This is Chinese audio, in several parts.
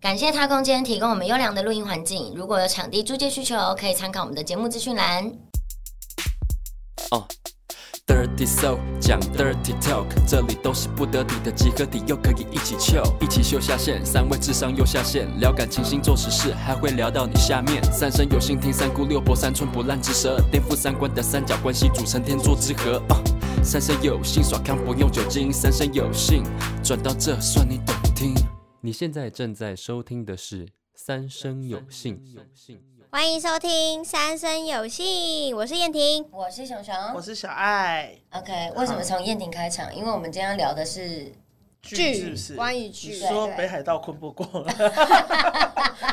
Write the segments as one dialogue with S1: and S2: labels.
S1: 感谢他空间提供我们优良的录音环境。如果有场地租借需求，可以参考我们的节目资讯栏。
S2: Dirty Soul 讲 Dirty Talk，这里都是不得体的集合体，又可以一起 chill，一起秀下限，三位智商又下线，聊感情、星座、时事，还会聊到你下面。三生有幸听三姑六婆，三寸不烂之舌，颠覆三观的三角关系组成天作之合。啊、三生有幸耍康不用酒精，三生有幸转到这算你懂听。你现在正在收听的是《三生有幸》。
S3: 欢迎收听《三生有幸》，我是燕婷。
S1: 我是熊熊
S4: 我是小爱，
S1: ，OK。为什么从燕婷开场？因为我们今天要聊的是
S4: 是不是？
S3: 关于
S4: 你
S3: 剧，
S4: 说
S3: 对
S4: 北海道困 不过，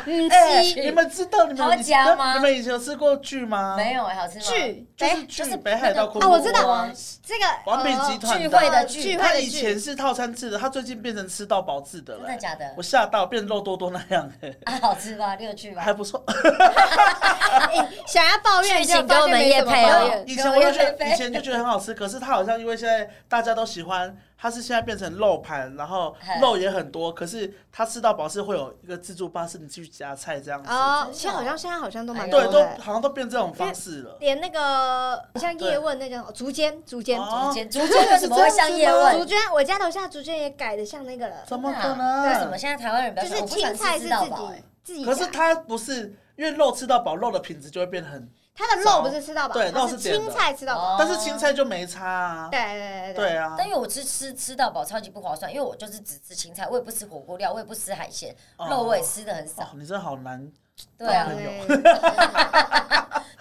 S3: 嗯，
S4: 哎，
S3: 是
S4: 你们知道你
S1: 好
S4: 们你知
S1: 假吗
S4: 道你们以前有吃过剧吗？
S1: 没，有哎、好吃吗？
S3: 剧
S4: 就是
S1: 就是
S4: 剧北海道困
S3: 啊，
S4: 不
S3: 我
S4: 过。
S3: 知道这个
S4: 王品集团
S3: 呃
S4: 的
S1: 聚会的
S3: 聚
S1: 聚
S3: 聚
S4: 他
S3: 会的
S4: 以前
S3: 聚，
S4: 是套餐制的，他最近变成吃到饱制的了。
S1: 真
S4: 哎
S1: 的假的
S4: 我吓到变肉多多那样，哎
S1: 啊， 好吃吧？六句吧
S4: 还。不错。
S3: 哎想要抱
S1: 剧
S3: 怨
S1: 情
S3: 就抱
S1: 跟我们
S3: 怨没
S1: 业
S3: 怎么
S1: 配哦
S3: 抱怨。
S4: 以前我就
S1: 跟我一
S4: 觉
S1: 样
S4: 得以前就觉得很好吃，可是它好像因为现在大家都喜欢，它是现在变成肉盘，然后
S1: 嗨
S4: 肉也很多，可是它吃到饱是会有一个自助吧，是你去夹菜这样子。
S3: 哦，
S1: 真的
S3: 现在好像现在好像都蛮多
S4: 对，都
S3: 的，
S4: 好像都变这种方式了。
S3: 连那个像叶问那叫竹间，竹间，
S4: 哦
S1: 竹竹间为什么会像叶
S3: 竹
S1: 问？
S3: 间，我家楼下竹间也改的像那个了，
S4: 怎么可
S1: 真的啊
S4: 能？
S1: 为什么现在台湾人比较
S3: 就是
S1: 喜欢我不喜
S3: 青
S1: 欢
S3: 菜
S1: 吃
S3: 是
S1: 吃
S3: 自
S1: 到饱、欸
S3: 己？自己夹，
S4: 可是它不是，因为肉吃到饱，肉的品质就会变得很，
S3: 它的肉不是吃到饱，
S4: 对
S3: 它
S4: 肉
S3: 是
S4: 是点的
S3: 青菜吃到饱，
S1: 哦
S4: 但是青菜就没差啊。
S3: 对对对
S4: 对。啊
S1: 但，因为我吃吃吃到饱超级不划算，因为我就是只吃青菜，我也不吃火锅料，我也不吃海鲜，
S4: 哦
S1: 肉我也吃的很
S4: 哦
S1: 少，。
S4: 你真的好难。
S1: 对啊，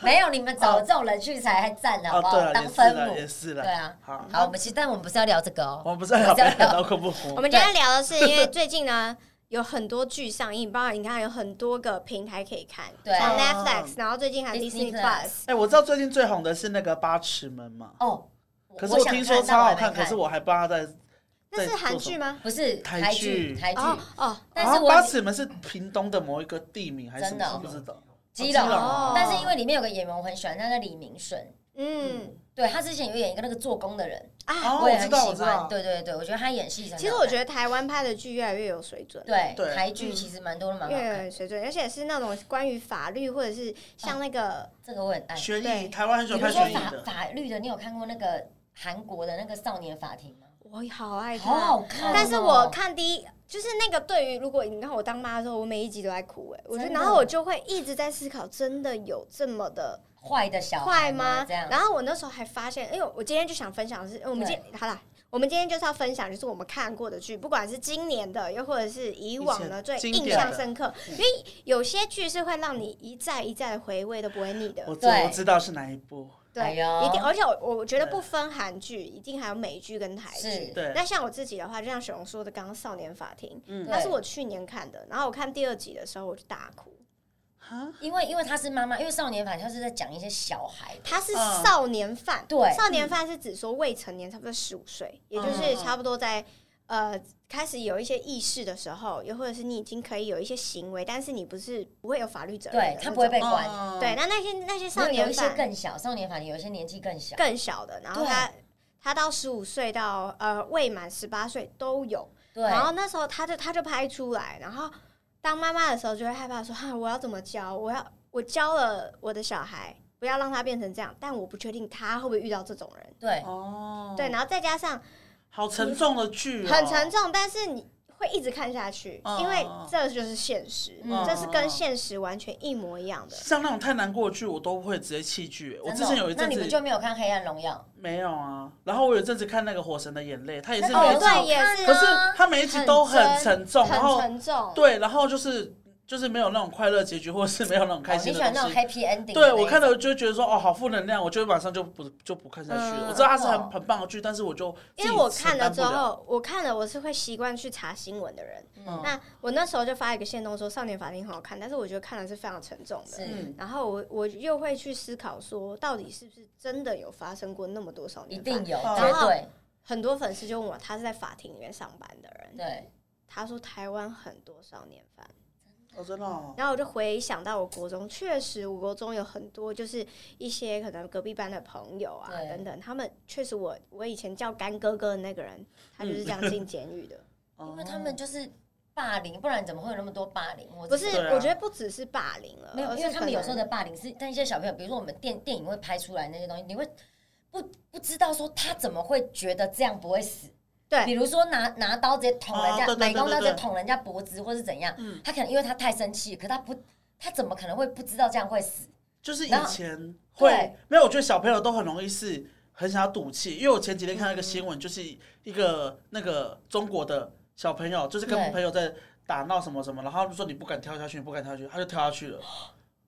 S1: 没有你们找这种人去才还赞呢，好
S4: 哦
S1: 不，
S4: 对
S1: 好？
S4: 了，
S1: 当
S4: 也
S1: 分
S4: 是
S1: 母
S4: 了，也是了。
S1: 对啊。
S4: 好，
S1: 好，我们其实但我们不是要聊这个
S4: 我
S1: 哦，
S4: 们不是要聊北海道困不
S3: 我
S4: 苦，
S3: 们今天聊的是，因为最近呢有很多剧上映，包括你看有很多个平台可以看，
S1: 对哦
S3: 像
S4: 嗯
S3: Netflix，然后最近还有
S1: Disney
S3: Disney
S1: Plus
S3: Plus，
S4: 哎，我知道最近最红的是那个八尺门嘛。
S1: 哦。
S4: 可是我
S1: 想
S4: 听说
S1: 看
S4: 超好
S1: 但我还
S4: 看，
S1: 没
S4: 可是我还帮他在
S3: 那是韩剧吗？
S1: 不是
S4: 台
S1: 台
S4: 剧
S1: 台剧，
S3: 哦哦，
S1: 但是
S4: 啊
S1: 我
S4: 八尺门是屏东的某一个地名还是什
S1: 真的
S4: 么？
S1: 哦
S4: 我不知道。
S1: 基
S4: 哦基
S1: 隆
S4: 隆，
S3: 哦
S1: 但是因为里面有个演员我很喜欢，那个李明顺，
S3: 嗯
S1: 对他之前有演一个那个做工的人，
S3: 啊，
S4: 哦，
S1: 我也
S4: 我
S1: 很
S4: 知道，我
S1: 喜
S4: 知道
S1: 欢。。对对对，我觉得他演戏真的
S3: 其实
S1: 好
S3: 我
S1: 看
S3: 觉得嗯台湾拍的剧越来越有水准，
S1: 对啊
S4: 对
S1: 台剧其实蛮多的，蛮好
S3: 越来
S1: 看。
S3: 越有水准，而且是那种关于法律或者是像那个
S1: 这个我很爱。
S4: 悬疑，
S3: 对
S4: 台湾很喜
S1: 比
S4: 欢
S1: 如
S4: 拍
S1: 说
S4: 悬疑
S1: 法
S4: 的。
S1: 法律的，你有看过那个韩国的那个少年法庭吗？
S3: 我好爱
S1: 哦好好
S3: 看，
S1: 看哦。
S3: 但是我看第一。就是那个对于如果你看我当妈的时候，我每一集都在哭哎、我觉得
S1: 真的哦
S3: 然后我就会一直在思考，真的有这么的
S1: 坏的小
S3: 快
S1: 孩
S3: 吗？
S1: 这样
S3: 然后我那时候还发现，因为我今天就想分享的是，我们今好啦，我们今天就是要分享，就是我们看过的剧，不管是今年的，又或者是以往的
S4: 以前
S3: 最
S4: 经
S3: 印
S4: 典
S3: 象
S4: 的嗯
S3: 深刻，因为有些剧是会让你一再一再的回味都不会腻的
S4: 我。知
S1: 对
S4: 我知道是哪一部。
S3: 对，
S1: 哎呦
S3: 一定，而且我我觉得
S4: 对
S3: 不分韩剧，一定还有美剧跟台
S1: 是
S3: 剧。
S4: 对
S3: 那像我自己的话，就像雪荣说的，刚刚《少年法庭》，
S4: 嗯
S3: 那是我去年看的，然后我看第二集的时候我就大哭。
S4: 哈，
S1: 因为因为他是妈妈，因为少年法庭他是在讲一些小孩的，
S3: 他是
S4: 嗯
S3: 少年犯，
S1: 对嗯
S3: 少年犯是指说未成年，差不多十五岁，也就是差不多在呃开始有一些意识的时候，又或者是你已经可以有一些行为，但是你不是不会有法律责任的那
S1: 对
S3: 种，
S1: 他不会被管。
S4: 嗯
S3: 对。那那些那些少
S1: 没有有
S3: 年
S1: 一些
S3: 犯
S1: 更小，少年法庭有一些年纪更小，
S3: 更小的，然后
S1: 对
S3: 他他到十五岁到呃未满十八岁都有，
S1: 对，
S3: 然后那时候他就他就拍出来，然后当妈妈的时候就会害怕说哈、我要怎么教？我要我教了我的小孩，不要让他变成这样，但我不确定他会不会遇到这种人。
S1: 对，
S4: 哦，
S3: 对，，然后再加上
S4: 好沉重的剧哦，
S3: 很沉重，但是你会一直看下去，
S4: 嗯
S3: 因为这就是现实，
S1: 嗯
S3: 这是跟现实完全一模一样的。
S4: 像那种太难过的剧，我都会直接弃剧。我之前有一
S1: 真的哦那
S4: 阵
S1: 你们
S4: 子
S1: 就没有看《黑暗荣耀
S4: 没有啊，然后我有一阵子看那个《火神的眼泪》，它也》？是
S3: 那
S1: 哦
S4: 每
S3: 个
S4: 一
S3: 也
S1: 也
S3: 对
S4: 集，
S1: 啊
S3: 也是
S4: 可是它每一集都很沉重，然
S3: 很
S4: 后
S3: 沉重，
S4: 对，然后就是就是没有那种快乐结局，或者是没有那种开
S1: 哦你
S4: 心
S1: 喜
S4: 的
S1: 欢那
S4: 东
S1: 种
S4: 西。
S1: happy ending？
S4: 对我看
S1: 到
S4: 了就觉得说哦，好负能量，我就马上就不就不看下去了。
S3: 嗯
S4: 我知道它是
S1: 哦
S4: 很很棒的剧，但是我就
S3: 因为我看了
S4: 了
S3: 之，后，我看了我是会习惯去查新闻的人。
S4: 嗯
S3: 那我那时候就发一个线动说《少年法庭》很好看，但是我觉得看了是非常沉重的。
S1: 是
S4: 嗯
S3: 然后我我又会去思考说，到底是不是真的有发生过那么多少
S1: 一
S3: 年犯？
S1: 定有，
S4: 然
S1: 绝
S3: 后
S1: 对
S3: 很多粉丝就问我，他是在法庭里面上班的人，
S1: 对，
S3: 他说台湾很多少年犯。
S4: 哦真的哦，
S3: 然后我就回想到我国中，确实我国中有很多就是一些可能隔壁班的朋友啊
S1: 对
S3: 等等，他们确实我我以前叫干哥哥的那个人，他就是这样进监狱的。
S4: 哦
S1: 因为他们就是霸凌，不然怎么会有那么多霸凌？我
S3: 不是，
S4: 对啊
S3: 我觉得不只是霸凌了，
S1: 没有，
S3: 而
S4: 呃
S1: 因为
S3: 是
S1: 他们
S3: 可
S1: 有
S3: 能
S1: 时候的霸凌是，但一些小朋友，比如说我们电电影会拍出来那些东西，你会不不知道说他怎么会觉得这样不会死？
S3: 对
S1: 比如说拿拿刀直接捅人
S4: 啊
S1: 家，
S4: 对对
S1: 拿
S4: 对
S1: 弓刀直
S4: 对
S1: 接
S4: 对
S1: 捅人家脖子，或是怎样？
S4: 嗯
S1: 他可能因为他太生气，可他不，他怎么可能会不知道这样会死？
S4: 就是以
S1: 然后
S4: 前
S1: 对
S4: 会没有，我觉得小朋友都很容易是很想要赌气，因为我前几天看到一个新闻，就是一个那个中国的小朋友，就是
S1: 对
S4: 跟朋友在打闹什么什么，然后他们说你不敢跳下去，你不敢跳下去，他就跳 下去了，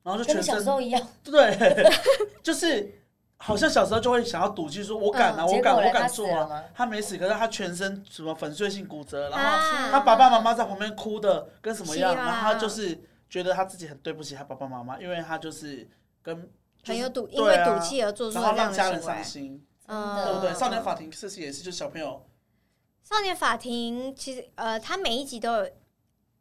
S4: 然后就
S1: 跟你
S4: 全
S1: 小
S4: 身
S1: 时候一样，
S4: 对， 就是好像小时候就会想要赌气，说我敢啊，
S1: 嗯
S4: 我
S1: 结
S4: 敢，
S1: 果嘞
S4: 我
S1: 他
S4: 敢
S1: 死
S4: 做
S1: 了
S4: 啊。
S1: 吗？
S4: 他没死，可是他全身什么粉碎性骨折，然后
S3: 啊，
S4: 他爸爸妈妈在旁边哭的跟什么样，
S3: 稀里哗
S4: 然
S3: 啦
S4: 后他就是觉得他自己很对不起他爸爸妈妈，因为他就是跟
S3: 很有赌，因
S4: 对
S3: 为
S4: 啊
S3: 赌气而做出
S4: 然
S3: 了
S4: 后
S3: 这
S4: 让
S3: 样的
S4: 家人
S3: 行
S4: 伤
S3: 为。
S4: 心，
S3: 嗯
S4: 对不对？
S3: 嗯
S4: 少年法庭是不是也是，就是小朋友
S3: 少年法庭其实呃，它每一集都有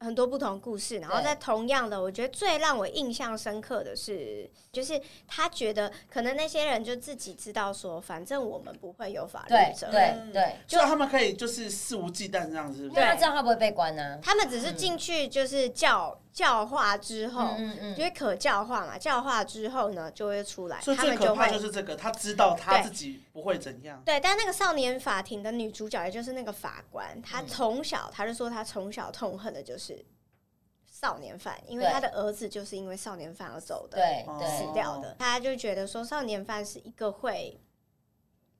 S3: 很多不同的故事，然后
S1: 对
S3: 在同样的，我觉得最让我印象深刻的是，就是他觉得可能那些人就自己知道说，反正我们不会有法律
S1: 对
S3: 责
S4: 嗯
S3: 任，
S1: 对对，
S4: 就他们可以就是肆无忌惮这样子，是不
S1: 因
S4: 是
S1: 为他知道他不会被关啊。
S3: 他们只是进去就是教教化之后，
S1: 嗯嗯
S3: 因为可教化嘛，教化之后呢就会出来，
S4: 所以
S3: 他
S4: 最
S3: 们
S4: 可
S3: 就
S4: 怕
S3: 会
S4: 就是这个，他知道他
S3: 对
S4: 自己不会怎样，
S3: 对，但那个少年法庭的女主角，也就是那个法官，
S4: 嗯
S3: 她从小，她就说她从小痛恨的就是少年犯，因为
S1: 对
S3: 她的儿子就是因为少年犯而走的，
S1: 对
S4: 哦
S1: 对
S3: 死掉的。她就觉得说，少年犯是一个会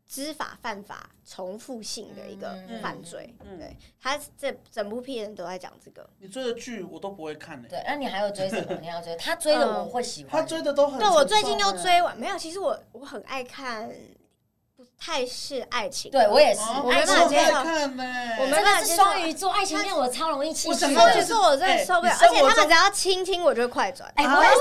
S3: 知法犯法、重复性的一个
S1: 嗯
S3: 犯罪。
S4: 嗯
S3: 对，她这整部片都在讲这个。
S4: 你追的剧我都不会看的，
S1: 对，那你还有追什么？你还有追？他追的我
S4: 嗯
S1: 会喜欢。
S4: 他追的都很
S3: 对我最近
S4: 沉
S3: 又
S4: 重啊
S3: 追完，没有，其实我我很爱看，不太是爱情。
S1: 对我也是，
S4: 啊
S3: 我
S1: 爱
S3: 没
S1: 情
S3: 办法
S4: 我
S3: 接
S1: 片
S3: 受
S4: 没看欸呢，
S3: 我没
S1: 真
S3: 办
S1: 的
S3: 法
S1: 是
S3: 接受
S1: 双鱼座爱情片，我超容易气
S4: 我
S1: 死
S4: 想
S1: 的
S4: 到
S3: 双
S4: 就
S3: 鱼
S4: 是
S3: 座我真的受不了，
S4: 哎你
S3: 而
S4: 生活
S3: 且他们
S4: 中
S3: 只要亲亲我就会快转。
S1: 哎，我也是，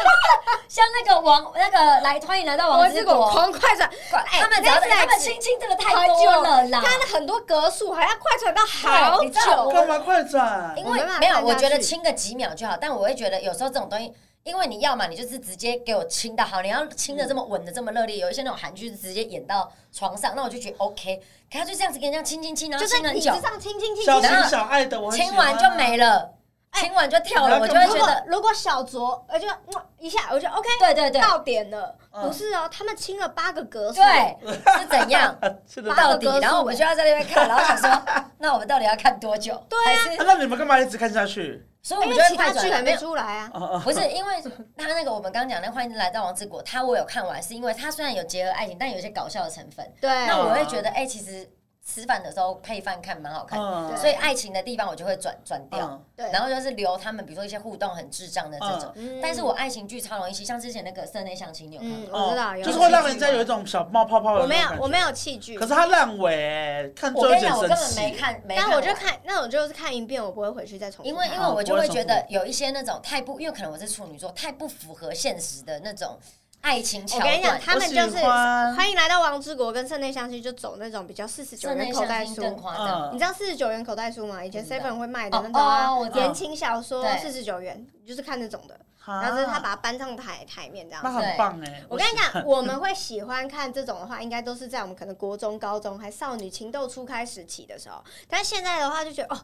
S1: 像那个王那个来，欢迎来到王
S3: 我
S1: 之
S3: 之
S1: 国
S3: 国。狂快转，
S1: 哎
S3: 哎
S1: 他们只要
S3: 那一次
S1: 他们
S3: 来
S1: 亲亲真的太多了啦。
S3: 它的很多格数还要快转到好
S1: 对你知道我
S3: 久。
S4: 干嘛快转？
S1: 因
S3: 我没
S1: 为
S3: 办法
S1: 没有，
S3: 看
S1: 我
S3: 下
S1: 觉得
S3: 去
S1: 亲个几秒就好，但我会觉得有时候这种东西。因为你要嘛，你就是直接给我亲到好，你要亲的这么稳的这么热烈，有一些那种韩剧是直接演到床上，那我就觉得 OK。可他就这样子跟人家亲亲亲，然后
S3: 就是
S1: 亲很
S3: 理
S1: 久
S3: 智，上亲亲亲
S4: 小
S3: 亲
S4: 情
S1: 然后
S4: 小爱的，我很
S1: 亲完就没
S4: 了。
S1: 了，
S3: 哎
S1: 亲完就跳了，
S4: 你
S1: 我
S4: 要
S1: 就
S4: 干
S1: 会觉
S4: 嘛
S3: 如果
S1: 得，
S3: 如果小酌，我就嗯一下，我就 OK
S1: 对对对，
S3: 到点了。
S4: 嗯
S3: 不是哦，他们亲了八个格数，
S1: 对，是怎样
S4: 啊是的
S3: 八，
S1: 到
S3: 个
S1: 底
S3: 歌？
S1: 然后
S3: 数
S1: 我们就要在那边看，然后想 说，那我们到底要看多久？对
S4: 啊那你们干嘛一直看下去？
S1: 所以我
S3: 因
S1: 们
S3: 为
S1: 就会
S3: 其
S1: 快
S3: 他
S1: 转
S3: 剧
S1: 了
S3: 还
S1: 没
S3: 没
S1: 有。
S3: 出来啊。
S4: 啊 啊
S1: 不是因为他那个我们刚刚讲那个欢迎来到王之国，他我有看完，是因为他虽然有结合爱情，但有一些搞笑的成分。
S3: 对，啊
S1: 那我会觉得，哎、其实吃饭的时候配饭看蛮好看的，
S4: 嗯
S3: 对
S1: 所以爱情的地方我就会转转掉，
S4: 嗯
S3: 对，
S1: 然后就是留他们，比如说一些互动很智障的这种。
S3: 嗯
S1: 但是我爱情剧超容易气，像之前那个《室内相亲》，你有看
S3: 嗯，
S1: 过？
S3: 我知道，
S4: 哦
S3: 有
S4: 就是会让
S3: 戏
S4: 人
S3: 剧
S4: 家有一种小冒泡泡的。
S3: 我没有我没。有弃剧，
S4: 可是他烂尾，看最
S1: 我
S4: 后
S1: 跟你
S4: 有点
S1: 讲，我
S4: 生
S1: 根本没
S4: 气。
S1: 看，没看
S3: 但
S1: 完。
S3: 我就看，那我就是看一遍，我不会回去再重复看。
S1: 因为因为
S4: 哦
S1: 我就
S4: 不
S1: 会
S4: 会
S1: 觉
S4: 重
S1: 得有一些那种太不，因为可能我是处女座，太不符合现实的那种爱情桥
S3: 我跟你讲，
S1: 段。
S3: 他们就
S4: 我
S3: 是
S4: 喜欢
S3: 欢迎来到王之国跟圣内相亲，就走那种比较四十九
S1: 室
S3: 元
S1: 内
S3: 口
S1: 相
S3: 袋
S1: 亲
S3: 书。
S1: 更夸张，
S4: 嗯
S3: 你知道四十九元口袋书吗？以前
S1: 不知道
S3: Seven 会卖的那
S1: 哦
S3: 种啊
S1: 哦我知
S4: 道
S3: 言情小说
S1: 对，
S3: 四十九元，你就是看那种的。
S4: 啊
S3: 然后就是他把它搬上台台面这样
S4: 那
S3: 子。
S1: 对
S4: 很棒哎。
S3: 我跟你讲，我们会喜欢看这种的话，应该都是在我们可能国中、高中还少女情窦初开时期的时候。但现在的话，就觉得哦，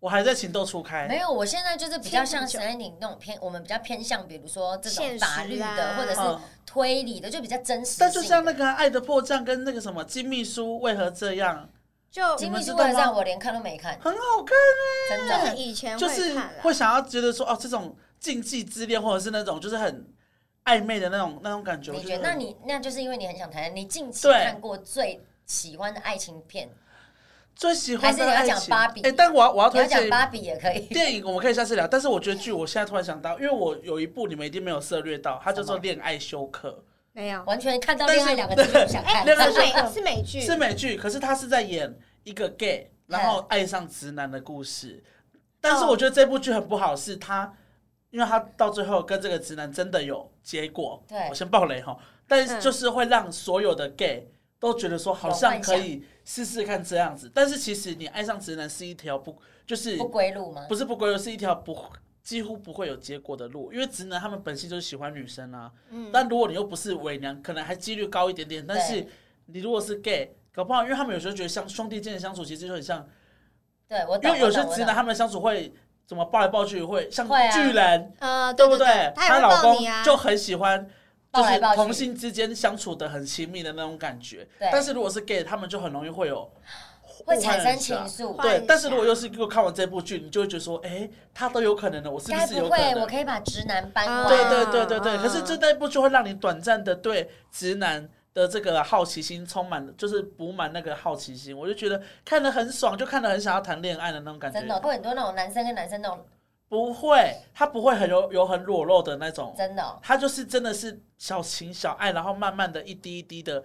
S4: 我还在情窦初开。
S1: 没有，我现在就是比较像
S3: 亲
S1: 沈
S3: 子酒
S1: 安宁那种偏，我们比较偏向，比如说这种
S3: 现
S1: 法
S3: 实
S1: 律的，
S3: 啊
S1: 或者是
S4: 嗯，
S1: 推理的，就比较真实性的。
S4: 但就像那个《爱的迫降》跟那个什么《金秘书》，为何这样？
S3: 就
S1: 金秘
S4: 们
S1: 书
S4: 知
S1: 为
S4: 道
S1: 了让
S4: 吗
S1: 我连看都没看，
S4: 很好看。
S1: 真
S3: 就是
S1: 的。
S3: 以前
S4: 就
S3: 会
S4: 是
S1: 啊
S3: 看啦
S4: 会想要觉得说，哦，这种禁忌之恋，或者是那种就是很暧昧的那种那种感觉。
S1: 你
S4: 我
S1: 觉得？
S4: 得
S1: 那你那就是因为你很想谈，你近期
S4: 对
S1: 看过最喜欢的爱情片，
S4: 最喜欢
S1: 还
S4: 的
S1: 是
S4: 爱
S1: 你要讲
S4: 情？
S1: 芭比
S4: 哎，但我要我要
S1: 你要
S4: 推
S1: 讲
S4: 荐
S1: 芭比也可以。
S4: 电影，我们可以下次聊。但是我觉得剧，我现在突然想到，因为我有一部你们一定没有涉略到，它叫做
S1: 什么
S4: 《恋爱休克
S3: 没 有。
S1: 完全看到“
S4: 但是
S1: 恋爱”两个字就不想看
S3: 哎，
S4: 哦那个
S3: 是
S4: 是
S3: 美是美》，剧，
S4: 是美剧，可是它是在演一个 gay 然后爱上直男的故事。但是我觉得这部剧很不好，是它，因为它到最后跟这个直男真的有结果。
S1: 对
S4: 我先爆雷哈，但是
S3: 嗯
S4: 就是会让所有的 gay 都觉得说好像可以试试看这样子，但是其实你爱上直男是一条不就是
S1: 不归路吗？
S4: 不是不归路，是一条不几乎不会有结果的路，因为直男他们本性就是喜欢女生啊。
S3: 嗯
S4: 但如果你又不是伪娘，可能还几率高一点点。但是你如果是 gay，搞不好，因为他们有时候觉得像兄弟间的相处，其实就很像
S1: 对我懂，
S4: 因为有
S1: 我
S4: 些
S1: 懂
S4: 直男他们相处会怎么抱来抱去，会像
S1: 会啊
S4: 巨人，
S3: 呃，
S4: 对
S3: 对
S4: 不
S3: 对，他也
S4: 她
S3: 会
S4: 老
S3: 抱
S4: 公
S3: 你啊，
S4: 就很喜欢。就
S1: 抱来
S4: 是
S1: 抱去
S4: 同性之间相处的很亲密的那种感觉，
S1: 对
S4: 但是如果是 gay，他们就很容易会有
S1: 会
S4: 互换
S1: 产生
S4: 人设
S1: 情
S4: 啊
S1: 愫。
S3: 换一
S4: 对
S3: 下，
S4: 但是如果又是又看完这部剧，你就会觉得说，哎、他都有可能的，哦我是
S1: 该
S4: 不是有
S1: 不
S4: 可
S1: 会
S4: 能？
S1: 我可以把直男搬
S3: 啊
S1: 完？
S4: 对对对对对。
S3: 嗯
S4: 可是这那部就会让你短暂的对直男的这个好奇心充满，就是补满那个好奇心。我就觉得看得很爽，就看得很想要谈恋爱的那种感
S1: 真的
S4: 觉。
S1: 会很多那种男生跟男生那种，
S4: 不会，他不会很有有很裸露的那种，
S1: 真的哦
S4: 他就是真的是小情小爱，然后慢慢的一滴一滴的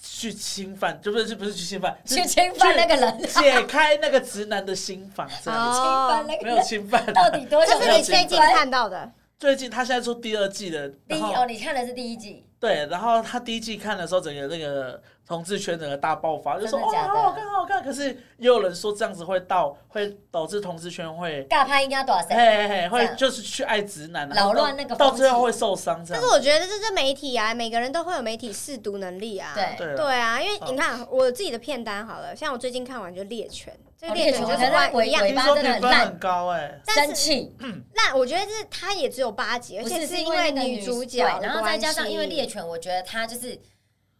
S4: 去侵犯，就不是不是去侵犯，是
S1: 去侵犯那个人，侵
S4: 解开那个直男的心房，这样子。
S1: 犯那
S4: 没
S1: 个
S4: 有
S1: 人，
S4: 侵犯、啊，
S1: 到底多
S3: 这
S1: 久没
S3: 是
S1: 有
S3: 你
S1: 侵犯？
S3: 最近看到的，
S4: 最近他现在出第二季了，
S1: 第
S4: 然
S1: 一
S4: 后
S1: 哦，你看的是第一季，
S4: 对，然后他第一季看的时候，整个那个同志圈整个大爆发，就说
S1: 真
S4: 哦
S1: 的假的
S4: 好好看好好看，可是也有人说这样子会到会导致同志圈会
S1: 尬拍应该多少
S4: 嘿
S1: 岁？
S4: 嘿嘿
S1: 这
S4: 会
S1: 样
S4: 就是去爱直男，啊然后
S1: 扰
S4: 到
S1: 乱那个
S4: 到
S1: 风
S4: 最后
S1: 气
S4: 会受伤这
S3: 但
S4: 样
S3: 是。我觉得这是媒体啊，每个人都会有媒体试读能力啊。
S1: 对
S4: 对啊
S3: 对啊，因为你看我自己的片单好了，像我最近看完就猎犬，这
S1: 哦
S3: 个猎
S1: 猎
S3: 犬就
S1: 犬
S3: 是
S1: 我觉得
S3: 一样
S1: 尾尾
S4: 听
S1: 巴
S4: 说
S1: 真的
S4: 评
S1: 很
S4: 分
S1: 烂
S4: 很高哎，
S1: 生气，
S3: 烂，我觉得是它也只有八集，而
S1: 不
S3: 且
S1: 是
S3: 是
S1: 是
S3: 因
S1: 因
S3: 为
S1: 为那个
S3: 女主角
S1: 对，然后
S3: 的
S1: 再
S3: 关
S1: 加上
S3: 系
S1: 因为猎犬，我觉得他就是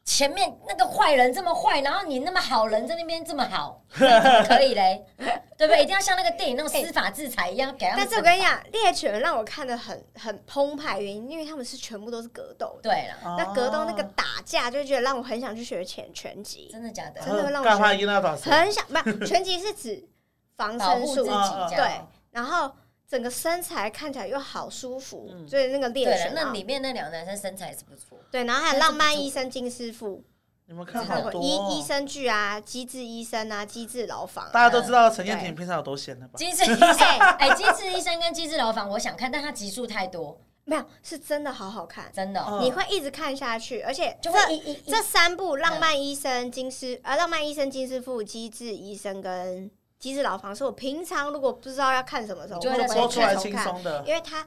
S1: 前面那个坏人这么坏，然后你那么好人在那边这么好，那怎么可以嘞？ 对不对？一定要像那个电影那种司法制裁一样给他们
S3: 但
S1: 惩罚。
S3: 是我跟你讲，猎犬让我看的很很澎湃，原因因为他们是全部都是格斗的，
S1: 对了，
S4: 哦
S3: 那格斗那个打架就觉得让我很想去学拳拳击，
S1: 真的假的？
S3: 真的会让我
S4: 干
S3: 觉得
S4: 花伊娜导师
S3: 很想不拳击是指防
S1: 保
S3: 身
S1: 护自
S3: 术
S1: 己，
S4: 啊
S1: 这
S3: 对
S1: 样。，
S3: 然后整个身材看起来又好舒服，
S4: 嗯
S3: 所以那个猎
S1: 对了
S3: 犬，啊
S1: 那里面那两个男生身材是不错，
S3: 对，然后还有浪漫医生金师傅，
S4: 你们看
S1: 真的
S4: 好
S3: 还有
S4: 多
S3: 医医
S4: 哦，
S3: 生剧啊，机智医生啊，机智牢房啊，
S4: 大家都知道陈燕
S3: 对
S4: 婷平常有多闲了吧？
S1: 机智医生，哎，机智医生跟机智牢房我想看，但他集数太多，
S3: 没有是真的好好看，
S1: 真的哦
S4: 嗯
S3: 你会一直看下去，而且
S1: 就
S3: 这
S1: 会一一一嗯
S3: 这三部《浪漫医生金师》呃，《浪漫医生金师傅》《机智医生》跟《机智牢房》是我平常如果不知道要看什么时候，
S1: 就
S3: 我
S1: 会
S3: 会
S1: 在
S4: 说
S1: 播
S4: 出来
S3: 重
S4: 轻
S3: 看，
S4: 松的，
S3: 因为它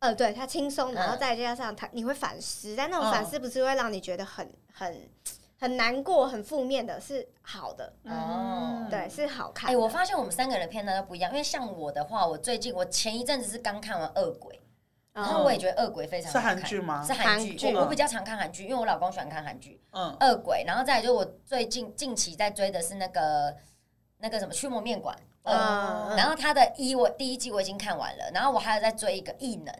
S3: 呃，对它轻松，
S1: 嗯
S3: 然后再加上它你会反思，但那种
S4: 嗯
S3: 反思不是会让你觉得很很很难过、很负面的，是好的，
S1: 哦。
S3: 对，是好看
S1: 哎、
S3: 的。
S1: 我发现我们三个人的片段都不一样，因为像我的话，我最近我前一阵子是刚看完《恶鬼》，然后我也觉得《恶鬼》非常
S4: 是
S1: 好看
S4: 韩剧吗
S1: 是韩剧
S3: 哦韩，剧
S1: 我我比较常看韩剧，因为我老公喜欢看韩剧
S4: 嗯
S1: 《恶鬼》，然后再来就是我最近近期在追的是那个那个什么《驱魔面馆》嗯，
S3: 嗯
S1: 然后他的一我第一季我已经看完了，然后我还有在追一个异能，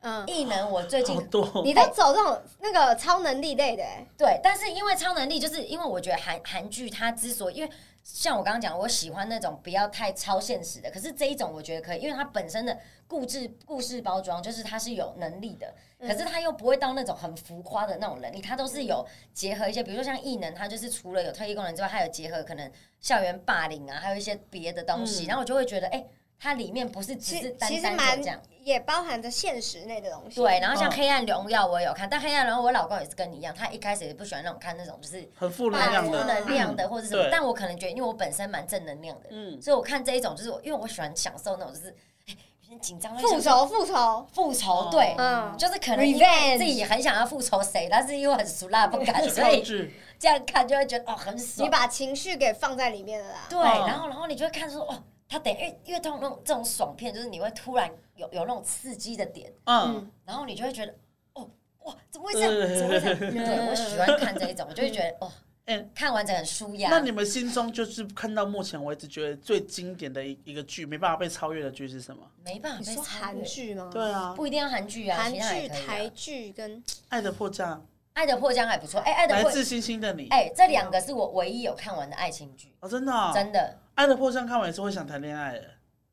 S3: 嗯，
S1: 异能我最近
S4: 好多
S3: 你都走这种那个超能力类的、欸，
S1: 对，但是因为超能力，就是因为我觉得韩韩剧它之所以，因为像我刚刚讲，我喜欢那种不要太超现实的，可是这一种我觉得可以，因为它本身的故事故事包装就是它是有能力的，可
S3: 嗯
S1: 是它又不会到那种很浮夸的那种能力，它都是有结合一些，比如说像异能，它就是除了有特异功能之外，还有结合可能校园霸凌啊，还有一些别的东西，
S4: 嗯
S1: 然后我就会觉得，哎、它里面不是只
S3: 其
S1: 是
S3: 其
S1: 单
S3: 实
S1: 单的
S3: 蛮
S1: 这样。
S3: 也包含着现实内的东西。
S1: 对，然后像
S4: 嗯
S1: 《黑暗荣耀》我也有看，但《黑暗荣耀》我老公也是跟你一样，他一开始也不喜欢那种看那种就是
S4: 很负能
S1: 蛮
S4: 量
S1: 负
S4: 的，嗯
S1: 能量的或者什么
S4: 对，
S1: 但我可能觉得，因为我本身蛮正能量的，
S4: 嗯，
S1: 所以我看这一种就是我，因为我喜欢享受那种就是，哎，有点紧张，想
S3: 复仇，复仇，
S1: 复仇
S4: 嗯，
S1: 对，
S3: 嗯，
S1: 就是可能因为
S3: Revenge
S1: 自己很想要复仇谁，但是因为很俗辣不敢，所
S4: 超
S1: 以
S4: 剧
S1: 这样看就会觉得哦很
S3: 你
S1: 爽，
S3: 把情绪给放在里面了啦。
S1: 对，
S4: 嗯
S1: 然后然后你就会看说哦，他等越越痛那种这种爽片，就是你会突然有有那种刺激的点，
S4: 嗯。
S1: 然后你就会觉得哦哇怎么会这样，怎么会这 样？
S4: 对
S1: 对我喜欢看这一种，我就会觉得哦
S4: 嗯，
S1: 看完整很舒压。
S4: 那你们心中就是看到目前为止觉得最经典的一一个剧，没办法被超越的剧是什么？
S1: 没办法
S3: 你
S1: 被
S3: 说
S1: 超
S3: 韩
S1: 越，
S3: 剧吗？
S4: 对啊，
S1: 不一定要韩剧啊，
S3: 哦韩
S1: 其他也
S3: 剧、
S1: 可以啊
S3: 台剧哦跟
S4: 爱的迫降》
S1: 爱的迫降》还不错，哎、爱的
S4: 来
S1: 迫，
S4: 自星星的你
S1: 哎、这两个是我唯一有看完的爱情剧，
S4: 哦，真的哦，
S1: 真的，
S4: 爱的迫降》看完也是会想谈恋爱的，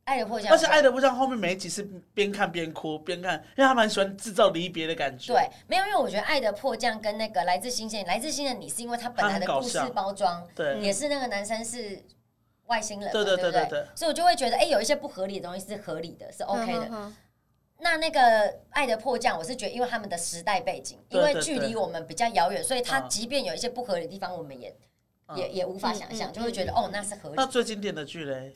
S1: 爱的迫降》
S4: 而且《爱的迫降》后面每一集是边看边哭边看，因为他蛮喜欢制造离别的感觉。，
S1: 对，没有，因为我觉得《爱的迫降》跟那个《来自星星》，《来自星星的你》是因为它本来的
S4: 它很
S1: 故
S4: 搞
S1: 事
S4: 笑
S1: 包装
S3: 嗯
S4: 对
S1: 也是那个男生是外星人嘛，
S4: 对对
S1: 对
S4: 对
S1: 不
S4: 对对
S1: 所以我就会觉得，哎、有一些不合理的东西是合理的，是 OK 的。
S3: 嗯哼
S1: 那那个《爱的迫降》，我是觉得因为他们的时代背景，因
S4: 对对
S1: 为
S4: 对
S1: 距离我们比较遥远，所以它
S4: 嗯
S1: 即便有一些不合理的地方，我们也、
S4: 嗯
S1: 也也无法
S3: 嗯
S1: 想
S3: 嗯
S1: 象，
S3: 嗯
S1: 就会觉得、哦，那是合理的
S4: 那最经典的剧嘞，